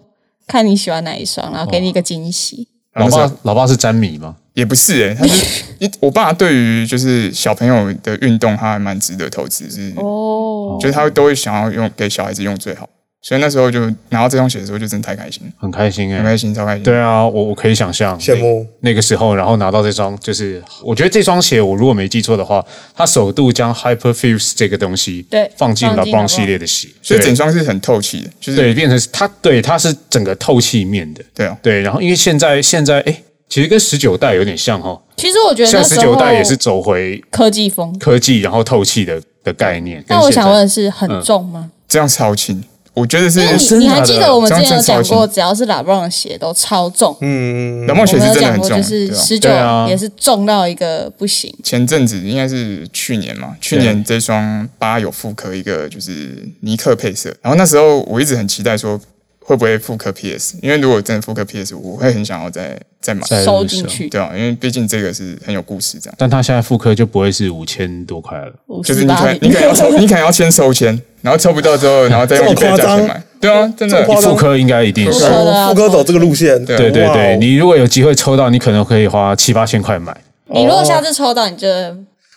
[SPEAKER 2] 看你喜欢哪一双，然后给你一个惊喜。
[SPEAKER 1] 老
[SPEAKER 4] 啊然后那时候
[SPEAKER 1] 爸老爸是詹米吗？
[SPEAKER 4] 也不是 诶、欸，他是一我爸对于就是小朋友的运动，他还蛮值得投资，是、
[SPEAKER 2] 哦，
[SPEAKER 4] 就是他都会想要用给小孩子用最好，所以那时候就拿到这双鞋的时候就真的太开心，
[SPEAKER 1] 很开
[SPEAKER 2] 嗯
[SPEAKER 1] 心哎、
[SPEAKER 4] 很开心，超开心。
[SPEAKER 1] 对啊，我我可以想象
[SPEAKER 3] 羡慕
[SPEAKER 1] 那那个时候，然后拿到这双，就是我觉得这双鞋，我如果没记错的话，它首度将 Hyperfuse 这个东西
[SPEAKER 2] 对
[SPEAKER 1] 放进
[SPEAKER 2] 放
[SPEAKER 1] 了
[SPEAKER 2] 进
[SPEAKER 1] b o
[SPEAKER 2] LeBron
[SPEAKER 1] 系列的鞋，
[SPEAKER 4] 所以整
[SPEAKER 1] 对
[SPEAKER 4] 双是很透气的，就是
[SPEAKER 1] 对变成是它对它是整个透气面的，
[SPEAKER 4] 对啊，
[SPEAKER 1] 对。然后因为现在现在哎，其实跟十九代有点像哦，
[SPEAKER 2] 其实我觉得
[SPEAKER 1] 像
[SPEAKER 2] 那
[SPEAKER 1] 十
[SPEAKER 2] 时
[SPEAKER 1] 九
[SPEAKER 2] 候
[SPEAKER 1] 代也是走回
[SPEAKER 2] 科技风。
[SPEAKER 1] 科技然后透气的的概念。
[SPEAKER 2] 那
[SPEAKER 1] 跟
[SPEAKER 2] 我
[SPEAKER 1] 现
[SPEAKER 2] 想
[SPEAKER 1] 在
[SPEAKER 2] 问的是，很重吗？
[SPEAKER 4] 这样超轻，我觉得是
[SPEAKER 2] 因为
[SPEAKER 1] 真
[SPEAKER 2] 哎你你还
[SPEAKER 1] 的
[SPEAKER 2] 记得我们之前有
[SPEAKER 4] 这样
[SPEAKER 2] 讲
[SPEAKER 4] 真超
[SPEAKER 2] 过，
[SPEAKER 4] 轻
[SPEAKER 2] 只要是 LeBron 的鞋都超重。
[SPEAKER 3] 嗯，
[SPEAKER 4] 蓝帽
[SPEAKER 2] 我
[SPEAKER 4] 鞋
[SPEAKER 2] 们
[SPEAKER 4] 是
[SPEAKER 2] 有
[SPEAKER 4] 真的
[SPEAKER 2] 讲
[SPEAKER 4] 很
[SPEAKER 2] 过，
[SPEAKER 4] 重，
[SPEAKER 2] 就是
[SPEAKER 4] 对啊
[SPEAKER 2] 十九
[SPEAKER 1] 对啊
[SPEAKER 2] 也是重到一个不行。
[SPEAKER 4] 前阵子应该是去年嘛，去年这双八有复刻一个就是尼克配色，然后那时候我一直很期待说会不会复刻 PS，因为如果真的复刻 PS，我会很想要再再买，
[SPEAKER 1] 在
[SPEAKER 2] 收进去
[SPEAKER 4] 对啊，因为毕竟这个是很有故事这样。
[SPEAKER 1] 但它现在复刻就不会是五千多块了。
[SPEAKER 2] 五
[SPEAKER 4] 就是
[SPEAKER 2] 十
[SPEAKER 4] 你
[SPEAKER 2] 八
[SPEAKER 4] 可能你可能 要抽，你可能要先抽签，然后抽不到之后，然后再用
[SPEAKER 3] 这
[SPEAKER 4] 一
[SPEAKER 3] 么
[SPEAKER 4] 倍的价
[SPEAKER 3] 夸张
[SPEAKER 4] 钱买。对啊，真
[SPEAKER 3] 这么
[SPEAKER 4] 的
[SPEAKER 3] 夸
[SPEAKER 1] 一
[SPEAKER 3] 张
[SPEAKER 1] 复刻应该一定
[SPEAKER 2] 复
[SPEAKER 1] 是
[SPEAKER 2] 刻。的啊
[SPEAKER 3] 哦副歌走这个路线，
[SPEAKER 4] 对
[SPEAKER 1] 对对
[SPEAKER 3] 哇
[SPEAKER 1] 对，
[SPEAKER 3] 哦
[SPEAKER 4] 哦
[SPEAKER 1] 你如果有机会抽到，你可能可以花七八千块买。
[SPEAKER 2] 你如果下次抽到，你就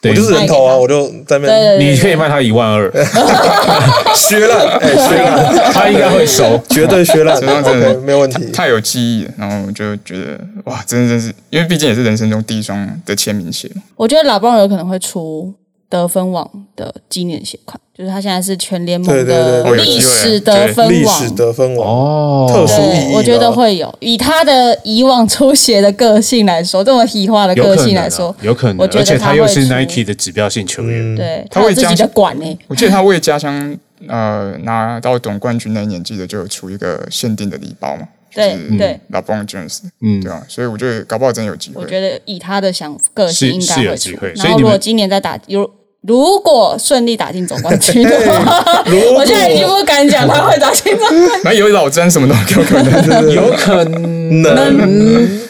[SPEAKER 1] 对
[SPEAKER 3] 我就是人头啊，
[SPEAKER 2] 卖给他
[SPEAKER 3] 我就在那
[SPEAKER 2] 对对
[SPEAKER 3] 边
[SPEAKER 2] 对
[SPEAKER 1] 你可以卖他一万二，
[SPEAKER 3] 削烂， 哎，削烂，
[SPEAKER 1] 他应该会收。
[SPEAKER 3] 绝对削烂
[SPEAKER 4] 这张真的
[SPEAKER 3] ，OK，没有问题。
[SPEAKER 4] 太有记忆了。然后我就觉得哇，真的真是，因为毕竟也是人生中第一双的签名鞋嘛。
[SPEAKER 2] 我觉得老布朗有可能会出得分网的纪念鞋款，就是他现在是全联盟
[SPEAKER 3] 对对对
[SPEAKER 2] 的
[SPEAKER 3] 对
[SPEAKER 4] 有
[SPEAKER 2] 历
[SPEAKER 4] 机会
[SPEAKER 2] 史得
[SPEAKER 4] 对
[SPEAKER 2] 分
[SPEAKER 3] 历
[SPEAKER 2] 网
[SPEAKER 3] 史得分王，
[SPEAKER 1] 哦，
[SPEAKER 3] 特殊意义
[SPEAKER 2] 对，
[SPEAKER 3] 的
[SPEAKER 2] 我觉得会有。以他的以往出血的个性来说，这么喜化的
[SPEAKER 1] 有
[SPEAKER 2] 个
[SPEAKER 1] 可
[SPEAKER 2] 性
[SPEAKER 1] 能
[SPEAKER 2] 来
[SPEAKER 1] 啊
[SPEAKER 2] 说，
[SPEAKER 1] 有可能，
[SPEAKER 2] 我觉
[SPEAKER 1] 而
[SPEAKER 2] 得
[SPEAKER 1] 且
[SPEAKER 2] 他
[SPEAKER 1] 他
[SPEAKER 2] 会
[SPEAKER 1] 又是
[SPEAKER 2] 出
[SPEAKER 1] Nike 的指标性球
[SPEAKER 3] 嗯
[SPEAKER 1] 员，
[SPEAKER 2] 对，
[SPEAKER 4] 嗯他
[SPEAKER 2] 有
[SPEAKER 4] 会
[SPEAKER 2] 自己
[SPEAKER 4] 将
[SPEAKER 2] 的管欸呢、
[SPEAKER 4] 我记得他为家乡呃拿到总冠军那一年，记得就有出一个限定的礼包嘛，
[SPEAKER 2] 对对，
[SPEAKER 4] l e b r o n James，
[SPEAKER 1] 嗯
[SPEAKER 4] 对，啊，所以我觉得搞不好真有机
[SPEAKER 2] 我
[SPEAKER 4] 会。
[SPEAKER 2] 觉得以他的想个
[SPEAKER 1] 是
[SPEAKER 2] 性应该
[SPEAKER 1] 是有
[SPEAKER 2] 会
[SPEAKER 1] 机
[SPEAKER 2] 出
[SPEAKER 1] 会。所以
[SPEAKER 2] 然后
[SPEAKER 1] 你
[SPEAKER 2] 如果
[SPEAKER 1] 们
[SPEAKER 2] 今年再打，如如果顺利打进总冠军的 话，
[SPEAKER 3] 如果
[SPEAKER 2] 我现在已经不敢讲他会打进总冠军。
[SPEAKER 4] 那有老詹什么都有可能，
[SPEAKER 1] 有可能
[SPEAKER 3] 能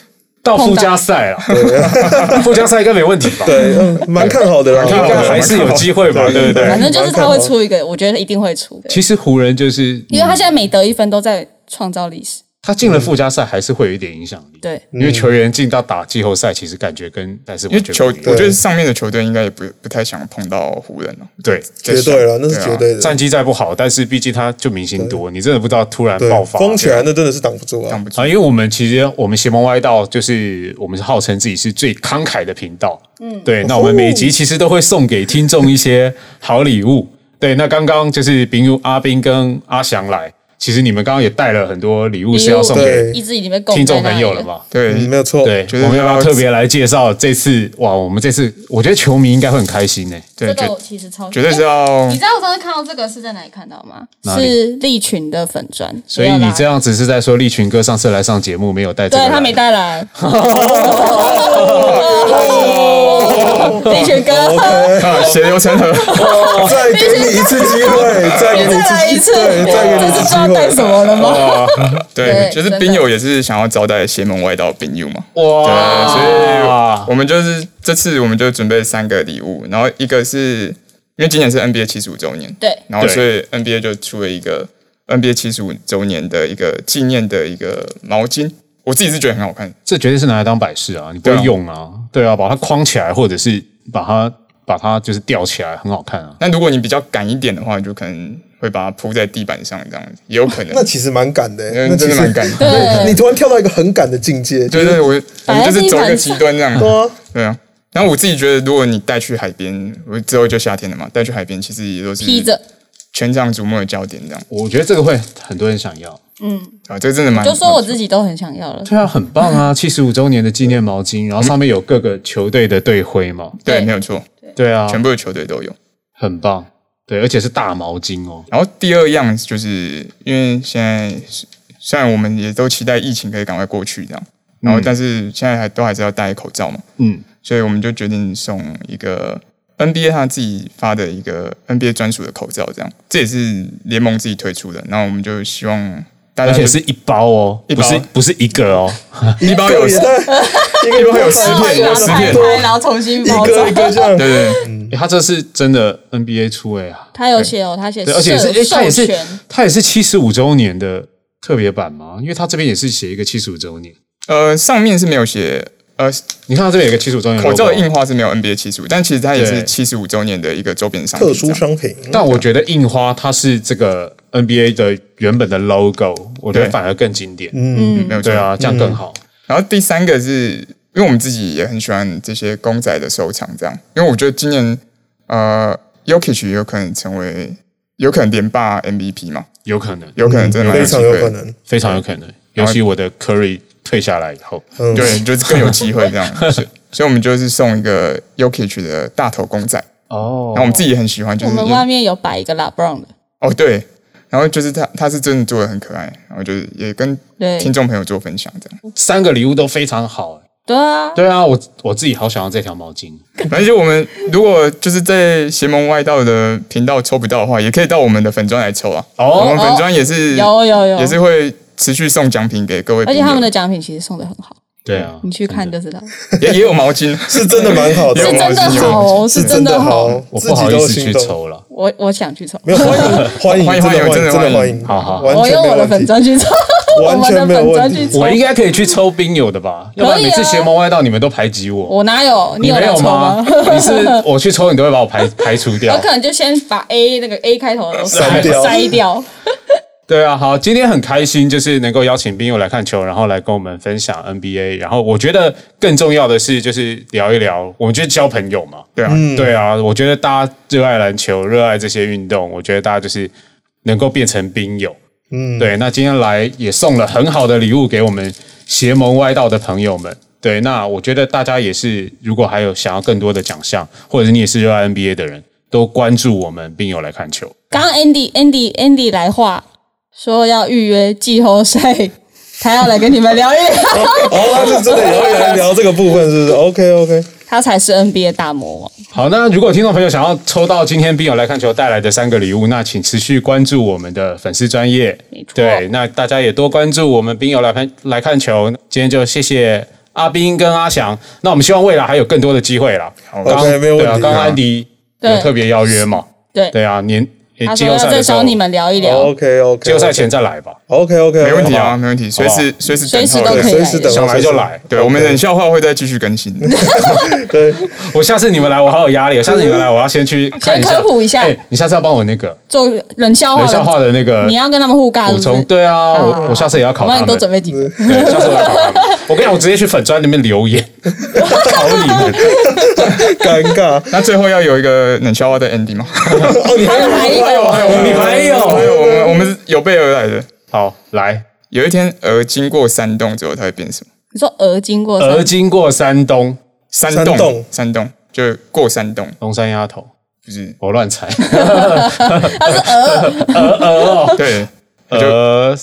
[SPEAKER 1] 到附加赛了， 附加赛应该没问题吧？
[SPEAKER 3] 对，嗯蛮看好的啦，
[SPEAKER 1] 看好的还是有机会吧，对不对？
[SPEAKER 2] 反正就是他会出一个，我觉得一定会出的，
[SPEAKER 1] 哦其实湖人就是
[SPEAKER 2] 因为他现在每得一分都在创造历史。
[SPEAKER 1] 他进了附加赛，还是会有一点影响力。
[SPEAKER 2] 对，
[SPEAKER 1] 因为球员进到打季后赛，其实感觉跟但是
[SPEAKER 4] 因为球，我
[SPEAKER 1] 对
[SPEAKER 4] 觉得上面的球队应该也不不太想碰到湖人了。
[SPEAKER 1] 对
[SPEAKER 3] 绝对了，那是
[SPEAKER 4] 对啊
[SPEAKER 3] 绝对的。
[SPEAKER 1] 战绩再不好，但是毕竟他就明星多，你真的不知道突然
[SPEAKER 3] 对
[SPEAKER 1] 爆，发
[SPEAKER 3] 疯起来那真的是挡不住啊
[SPEAKER 4] 挡！不住
[SPEAKER 1] 啊！因为我们其实我们邪门歪道就是我们是号称自己是最慷慨的频道，嗯，对。那我们每集其实都会送给听众一些好礼物，对。那刚刚就是比如阿斌跟阿翔来，其实你们刚刚也带了很多礼物是要送给
[SPEAKER 3] 对
[SPEAKER 2] 一直已经被供
[SPEAKER 1] 听众
[SPEAKER 2] 在那
[SPEAKER 1] 朋
[SPEAKER 2] 里
[SPEAKER 1] 友了？嘛？
[SPEAKER 4] 对
[SPEAKER 3] 嗯，没有错，
[SPEAKER 1] 对，
[SPEAKER 4] 觉得
[SPEAKER 1] 我们要不要
[SPEAKER 4] 要
[SPEAKER 1] 特别来介绍这次？哇，我们这次我觉得球迷应该会很开心呢、
[SPEAKER 4] 对，
[SPEAKER 2] 这个我
[SPEAKER 4] 绝
[SPEAKER 2] 其实超
[SPEAKER 4] 绝对是要
[SPEAKER 2] 你知道我上次看到这个是在哪里看到吗？
[SPEAKER 1] 哪里
[SPEAKER 2] 是利群的粉砖，
[SPEAKER 1] 所以
[SPEAKER 2] 没有
[SPEAKER 1] 你
[SPEAKER 2] 啦
[SPEAKER 1] 这样只是在说利群哥上次来上节目没有带这个
[SPEAKER 2] 对
[SPEAKER 1] 来，
[SPEAKER 2] 他没带 来。利群
[SPEAKER 1] 哦
[SPEAKER 2] 哥，
[SPEAKER 4] 啊血流成河，
[SPEAKER 3] 再给你一次机会，再给你
[SPEAKER 2] 再来一
[SPEAKER 3] 一
[SPEAKER 2] 次，
[SPEAKER 3] 次，对，再给
[SPEAKER 2] 这
[SPEAKER 3] 你一
[SPEAKER 2] 次不
[SPEAKER 3] 次机
[SPEAKER 2] 知道带
[SPEAKER 3] 会哦
[SPEAKER 2] 什。么了吗？ 对
[SPEAKER 4] 对，就是
[SPEAKER 2] 真的
[SPEAKER 4] 冰友也是想要招待邪门歪道冰友嘛。
[SPEAKER 1] 哇，
[SPEAKER 4] 对，所以我们就是这次我们就准备三个礼物，然后一个是因为今年是 NBA 七十五周年，
[SPEAKER 2] 对
[SPEAKER 4] 然后
[SPEAKER 1] 对
[SPEAKER 4] 所以 NBA 就出了一个 NBA 七十五周年的一个纪念的一个毛巾，我自己是觉得很好看，
[SPEAKER 1] 这绝对是拿来当摆饰啊，你不
[SPEAKER 4] 对
[SPEAKER 1] 会
[SPEAKER 4] 啊
[SPEAKER 1] 用啊，对啊，把它框起来，或者是把它把它就是吊起来，很好看啊。
[SPEAKER 4] 那如果你比较赶一点的话，你就可能会把它铺在地板上，这样子也有可能
[SPEAKER 3] 那。其实蛮赶的，
[SPEAKER 4] 嗯
[SPEAKER 3] 那
[SPEAKER 4] 真
[SPEAKER 3] 其
[SPEAKER 4] 的
[SPEAKER 3] 实
[SPEAKER 4] 蛮赶的
[SPEAKER 3] 对你突然跳到一个很赶的境界，
[SPEAKER 4] 对对，我我们就是走一个极端这样。
[SPEAKER 3] 啊，
[SPEAKER 4] 对啊，然后我自己觉得，如果你带去海边，我之后就夏天了嘛，带去海边其实也都是
[SPEAKER 2] 披着，
[SPEAKER 4] 全场瞩目的焦点这样。
[SPEAKER 1] 我觉得这个会很多人想要，
[SPEAKER 4] 啊，这个真
[SPEAKER 3] 嗯
[SPEAKER 4] 的蛮
[SPEAKER 2] 就说我自己都很想要了。
[SPEAKER 1] 对啊，很棒啊！七十五周年的纪念毛巾，然后上面有各个球队的队徽嘛，
[SPEAKER 4] 对，
[SPEAKER 2] 对
[SPEAKER 4] 没有错，
[SPEAKER 1] 对啊，
[SPEAKER 4] 全部的球队都有。
[SPEAKER 1] 很棒，对，而且是大毛巾哦，
[SPEAKER 4] 然后第二样就是因为现在是虽然我们也都期待疫情可以赶快过去这样，然
[SPEAKER 2] 嗯
[SPEAKER 4] 后但是现在还都还是要戴口罩嘛，
[SPEAKER 1] 嗯，
[SPEAKER 4] 所以我们就决定送一个 NBA 他自己发的一个 NBA 专属的口罩，这样这也是联盟自己推出的。然后我们就希望大家
[SPEAKER 1] 而且
[SPEAKER 4] 就是
[SPEAKER 1] 一包哦，
[SPEAKER 4] 一
[SPEAKER 1] 不
[SPEAKER 4] 包
[SPEAKER 1] 是不是一个哦，
[SPEAKER 4] 一包有
[SPEAKER 3] 个也
[SPEAKER 4] 十
[SPEAKER 3] 太，一
[SPEAKER 4] 包有十
[SPEAKER 2] 然后
[SPEAKER 4] 片，有
[SPEAKER 2] 把它
[SPEAKER 4] 十
[SPEAKER 2] 拆
[SPEAKER 4] 片，
[SPEAKER 2] 开，然后重新包
[SPEAKER 3] 一
[SPEAKER 2] 装
[SPEAKER 3] 个一。个这样，
[SPEAKER 4] 对对
[SPEAKER 1] 诶他这是真的 NBA 出诶啊，
[SPEAKER 2] 他有写哦，他写
[SPEAKER 1] 对，而且是
[SPEAKER 3] 哎
[SPEAKER 1] 诶
[SPEAKER 2] 授
[SPEAKER 1] 他也
[SPEAKER 2] 授
[SPEAKER 1] 是
[SPEAKER 2] 权，
[SPEAKER 1] 他也是七十五周年的特别版吗？因为他这边也是写一个七十五周年，
[SPEAKER 4] 呃，上面是没有写，呃，
[SPEAKER 1] 你看到这边有个七十五周年
[SPEAKER 4] 口罩
[SPEAKER 1] logo
[SPEAKER 4] 的印花是没有 NBA 七十五，但其实它也
[SPEAKER 1] 对
[SPEAKER 4] 是七十五周年的一个周边商品，
[SPEAKER 3] 特殊商品，
[SPEAKER 1] 但我觉得印花它是这个 NBA 的原本的 logo，我觉得
[SPEAKER 4] 对
[SPEAKER 1] 反而更经典。
[SPEAKER 4] 嗯没有错
[SPEAKER 1] 对。啊，这样更好。
[SPEAKER 4] 然后第三个是因为我们自己也很喜欢这些公仔的收藏，这样，因为我觉得今年呃 y o k i c 有可能成为有可能连霸 MVP 嘛，
[SPEAKER 1] 有可能，
[SPEAKER 4] 有可能真的蛮
[SPEAKER 3] 嗯非常有
[SPEAKER 4] 机会
[SPEAKER 3] 可，能。
[SPEAKER 1] 非常有可
[SPEAKER 4] 嗯
[SPEAKER 1] 能。尤其我的 Curry 退下来以后，
[SPEAKER 3] 嗯，
[SPEAKER 4] 对，就是更有机会这样。 所以所以我们就是送一个 y o k i c 的大头公仔，
[SPEAKER 1] 哦
[SPEAKER 4] 然后我们自己也很喜欢，就
[SPEAKER 2] 我
[SPEAKER 4] 是
[SPEAKER 2] 们外面有摆一个 LeBron 的，
[SPEAKER 4] 哦对，然后就是它它是真的做的很可爱，然后就是也跟
[SPEAKER 2] 对
[SPEAKER 4] 听众朋友做分享这样。
[SPEAKER 1] 三个礼物都非常好、欸。
[SPEAKER 2] 对啊，
[SPEAKER 1] 对啊，我我自己好想要这条毛巾。
[SPEAKER 4] 反正就我们如果就是在邪门歪道的频道抽不到的话，也可以到我们的粉砖来抽啊。
[SPEAKER 1] 哦
[SPEAKER 4] 我们粉砖也是、
[SPEAKER 2] 哦有有有，啊
[SPEAKER 4] 也是会持续送奖品给各位
[SPEAKER 2] 而
[SPEAKER 1] 哦
[SPEAKER 4] 朋
[SPEAKER 2] 且
[SPEAKER 4] 友，
[SPEAKER 2] 他
[SPEAKER 1] 啊
[SPEAKER 2] 们的奖品其实送的很好，
[SPEAKER 1] 对啊，
[SPEAKER 2] 你去看就知道，是
[SPEAKER 4] 也也有毛巾，啊
[SPEAKER 3] 是真的蛮好的，
[SPEAKER 2] 真的好哦，是
[SPEAKER 3] 真的
[SPEAKER 2] 好。
[SPEAKER 3] 好，
[SPEAKER 1] 我
[SPEAKER 3] 自
[SPEAKER 1] 不
[SPEAKER 3] 己
[SPEAKER 1] 好意
[SPEAKER 3] 都
[SPEAKER 1] 思去
[SPEAKER 3] 心动。
[SPEAKER 1] 抽了。
[SPEAKER 2] 我我想去抽，
[SPEAKER 3] 没有欢迎欢迎
[SPEAKER 4] 欢
[SPEAKER 3] 真的欢迎
[SPEAKER 4] 迎欢迎真
[SPEAKER 3] 真的
[SPEAKER 4] 的欢
[SPEAKER 3] 欢
[SPEAKER 4] 迎
[SPEAKER 3] 迎，
[SPEAKER 1] 好好好
[SPEAKER 3] 完
[SPEAKER 2] 我
[SPEAKER 3] 全
[SPEAKER 2] 用
[SPEAKER 3] 没有
[SPEAKER 2] 我的
[SPEAKER 3] 问
[SPEAKER 2] 粉
[SPEAKER 3] 题。
[SPEAKER 2] 砖去抽，我
[SPEAKER 3] 完
[SPEAKER 2] 们的
[SPEAKER 3] 全没有
[SPEAKER 2] 粉
[SPEAKER 3] 问
[SPEAKER 2] 砖
[SPEAKER 3] 题
[SPEAKER 2] 去抽
[SPEAKER 1] 我。应该可以去抽冰友的吧？要不然每次邪魔歪道你们都排挤我，
[SPEAKER 2] 我哪有？
[SPEAKER 1] 你
[SPEAKER 2] 啊有
[SPEAKER 1] 没
[SPEAKER 2] 来
[SPEAKER 1] 有
[SPEAKER 2] 抽
[SPEAKER 1] 吗？你是我去抽，你都会把我排排除掉
[SPEAKER 2] 我。可能就先把 A 那个 A 开头的都
[SPEAKER 3] 删掉
[SPEAKER 2] 筛掉。
[SPEAKER 1] 对啊，好，今天很开心，就是能够邀请冰友来看球，然后来跟我们分享 NBA。然后我觉得更重要的是，就是聊一聊，我们就是交朋友嘛。
[SPEAKER 4] 对啊，
[SPEAKER 1] 对啊，我觉得大家热爱篮球，热爱这些运动，我觉得大家就是能够变成冰友。嗯，对。那今天来也送了很好的礼物给我们邪门歪道的朋友们。对，那我觉得大家也是，如果还有想要更多的奖项，或者是你也是热爱 NBA 的人，都关注我们冰友来看球。
[SPEAKER 2] 刚刚 Andy Andy Andy 来话说要预约季后赛，他要来跟你们聊一聊。
[SPEAKER 3] 哦，那是真的有人来聊这个部分，是不是？OK OK，
[SPEAKER 2] 他才是 NBA 大魔王。
[SPEAKER 1] 好，那如果听众朋友想要抽到今天冰友来看球带来的三个礼物，那请持续关注我们的粉丝专业
[SPEAKER 2] 没。错
[SPEAKER 1] 对，那大家也多关注我们冰友来看来看球。今天就谢谢阿斌跟阿翔，那我们希望未来还有更多的机会啦。
[SPEAKER 4] 好
[SPEAKER 1] 刚
[SPEAKER 3] OK，没有问
[SPEAKER 1] 对
[SPEAKER 3] 题
[SPEAKER 1] 啊刚刚
[SPEAKER 4] 啊
[SPEAKER 1] 安迪有
[SPEAKER 2] 对
[SPEAKER 1] 特别邀约嘛？
[SPEAKER 2] 对，
[SPEAKER 1] 对啊，年诶
[SPEAKER 2] 他
[SPEAKER 1] 季
[SPEAKER 2] 说
[SPEAKER 1] 后
[SPEAKER 2] 要
[SPEAKER 1] 赛
[SPEAKER 2] 再
[SPEAKER 1] 的时候哦
[SPEAKER 2] 找，你们聊一聊。
[SPEAKER 3] OK OK，
[SPEAKER 1] 季后赛前再来吧，
[SPEAKER 3] OK OK，
[SPEAKER 4] 没问题
[SPEAKER 1] 好吧
[SPEAKER 4] 啊，没问题，随时随时
[SPEAKER 2] 随时
[SPEAKER 4] 等候
[SPEAKER 2] 都
[SPEAKER 3] 对，
[SPEAKER 2] 可以
[SPEAKER 3] 随时等，
[SPEAKER 1] 想来就来。
[SPEAKER 4] 对，我们冷笑话会再继续 更新。
[SPEAKER 3] 对，
[SPEAKER 1] 我下次你们来，我好有压力哦。下次你们来，我要先去看一下
[SPEAKER 2] 嗯先科普一下
[SPEAKER 1] 诶你下次要帮我那个
[SPEAKER 2] 做冷笑话
[SPEAKER 1] 冷
[SPEAKER 2] 的，
[SPEAKER 1] 笑话的那个
[SPEAKER 2] 你要跟他们互尬，
[SPEAKER 1] 补
[SPEAKER 2] 是不
[SPEAKER 1] 充。
[SPEAKER 2] 是？
[SPEAKER 1] 对啊，
[SPEAKER 2] 好
[SPEAKER 1] 我我下次也要考
[SPEAKER 2] 我
[SPEAKER 1] 他们
[SPEAKER 2] 帮你。多准备几个。
[SPEAKER 1] 对，下次我要考他们。我跟你讲，我直接去粉砖里面留言， 考你们。
[SPEAKER 3] 尴尬。
[SPEAKER 4] 那最后要有一个冷笑话的 ending 吗？
[SPEAKER 3] 哦，你还有
[SPEAKER 2] 还有
[SPEAKER 1] 还有你还
[SPEAKER 4] 还
[SPEAKER 1] 有，
[SPEAKER 4] 有我们我们是有备而来的。
[SPEAKER 1] 好来，
[SPEAKER 4] 有一天鹅经过山洞之后，它会变什么？
[SPEAKER 2] 你说鹅经过山
[SPEAKER 1] 鹅经过山东，
[SPEAKER 4] 山
[SPEAKER 3] 山洞
[SPEAKER 4] 洞，山洞，就过山洞，
[SPEAKER 1] 东山丫头，
[SPEAKER 4] 就是
[SPEAKER 1] 我乱猜。
[SPEAKER 2] 它是鹅。
[SPEAKER 1] 哦
[SPEAKER 4] 对，我就
[SPEAKER 1] 呃，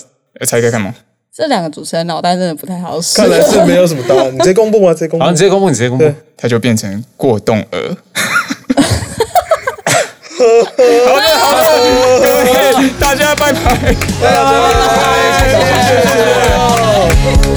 [SPEAKER 4] 猜猜看嘛。
[SPEAKER 2] 这两个主持人脑袋真的不太好使
[SPEAKER 3] 看。来是没有什么答案，你直接公布吗？直接公布
[SPEAKER 1] 好，。你直接公布，你直接公布。
[SPEAKER 4] 它就变成过洞 鹅。 好的， 好的，各位大家拜拜。
[SPEAKER 3] 大家拜拜，谢谢谢谢谢谢。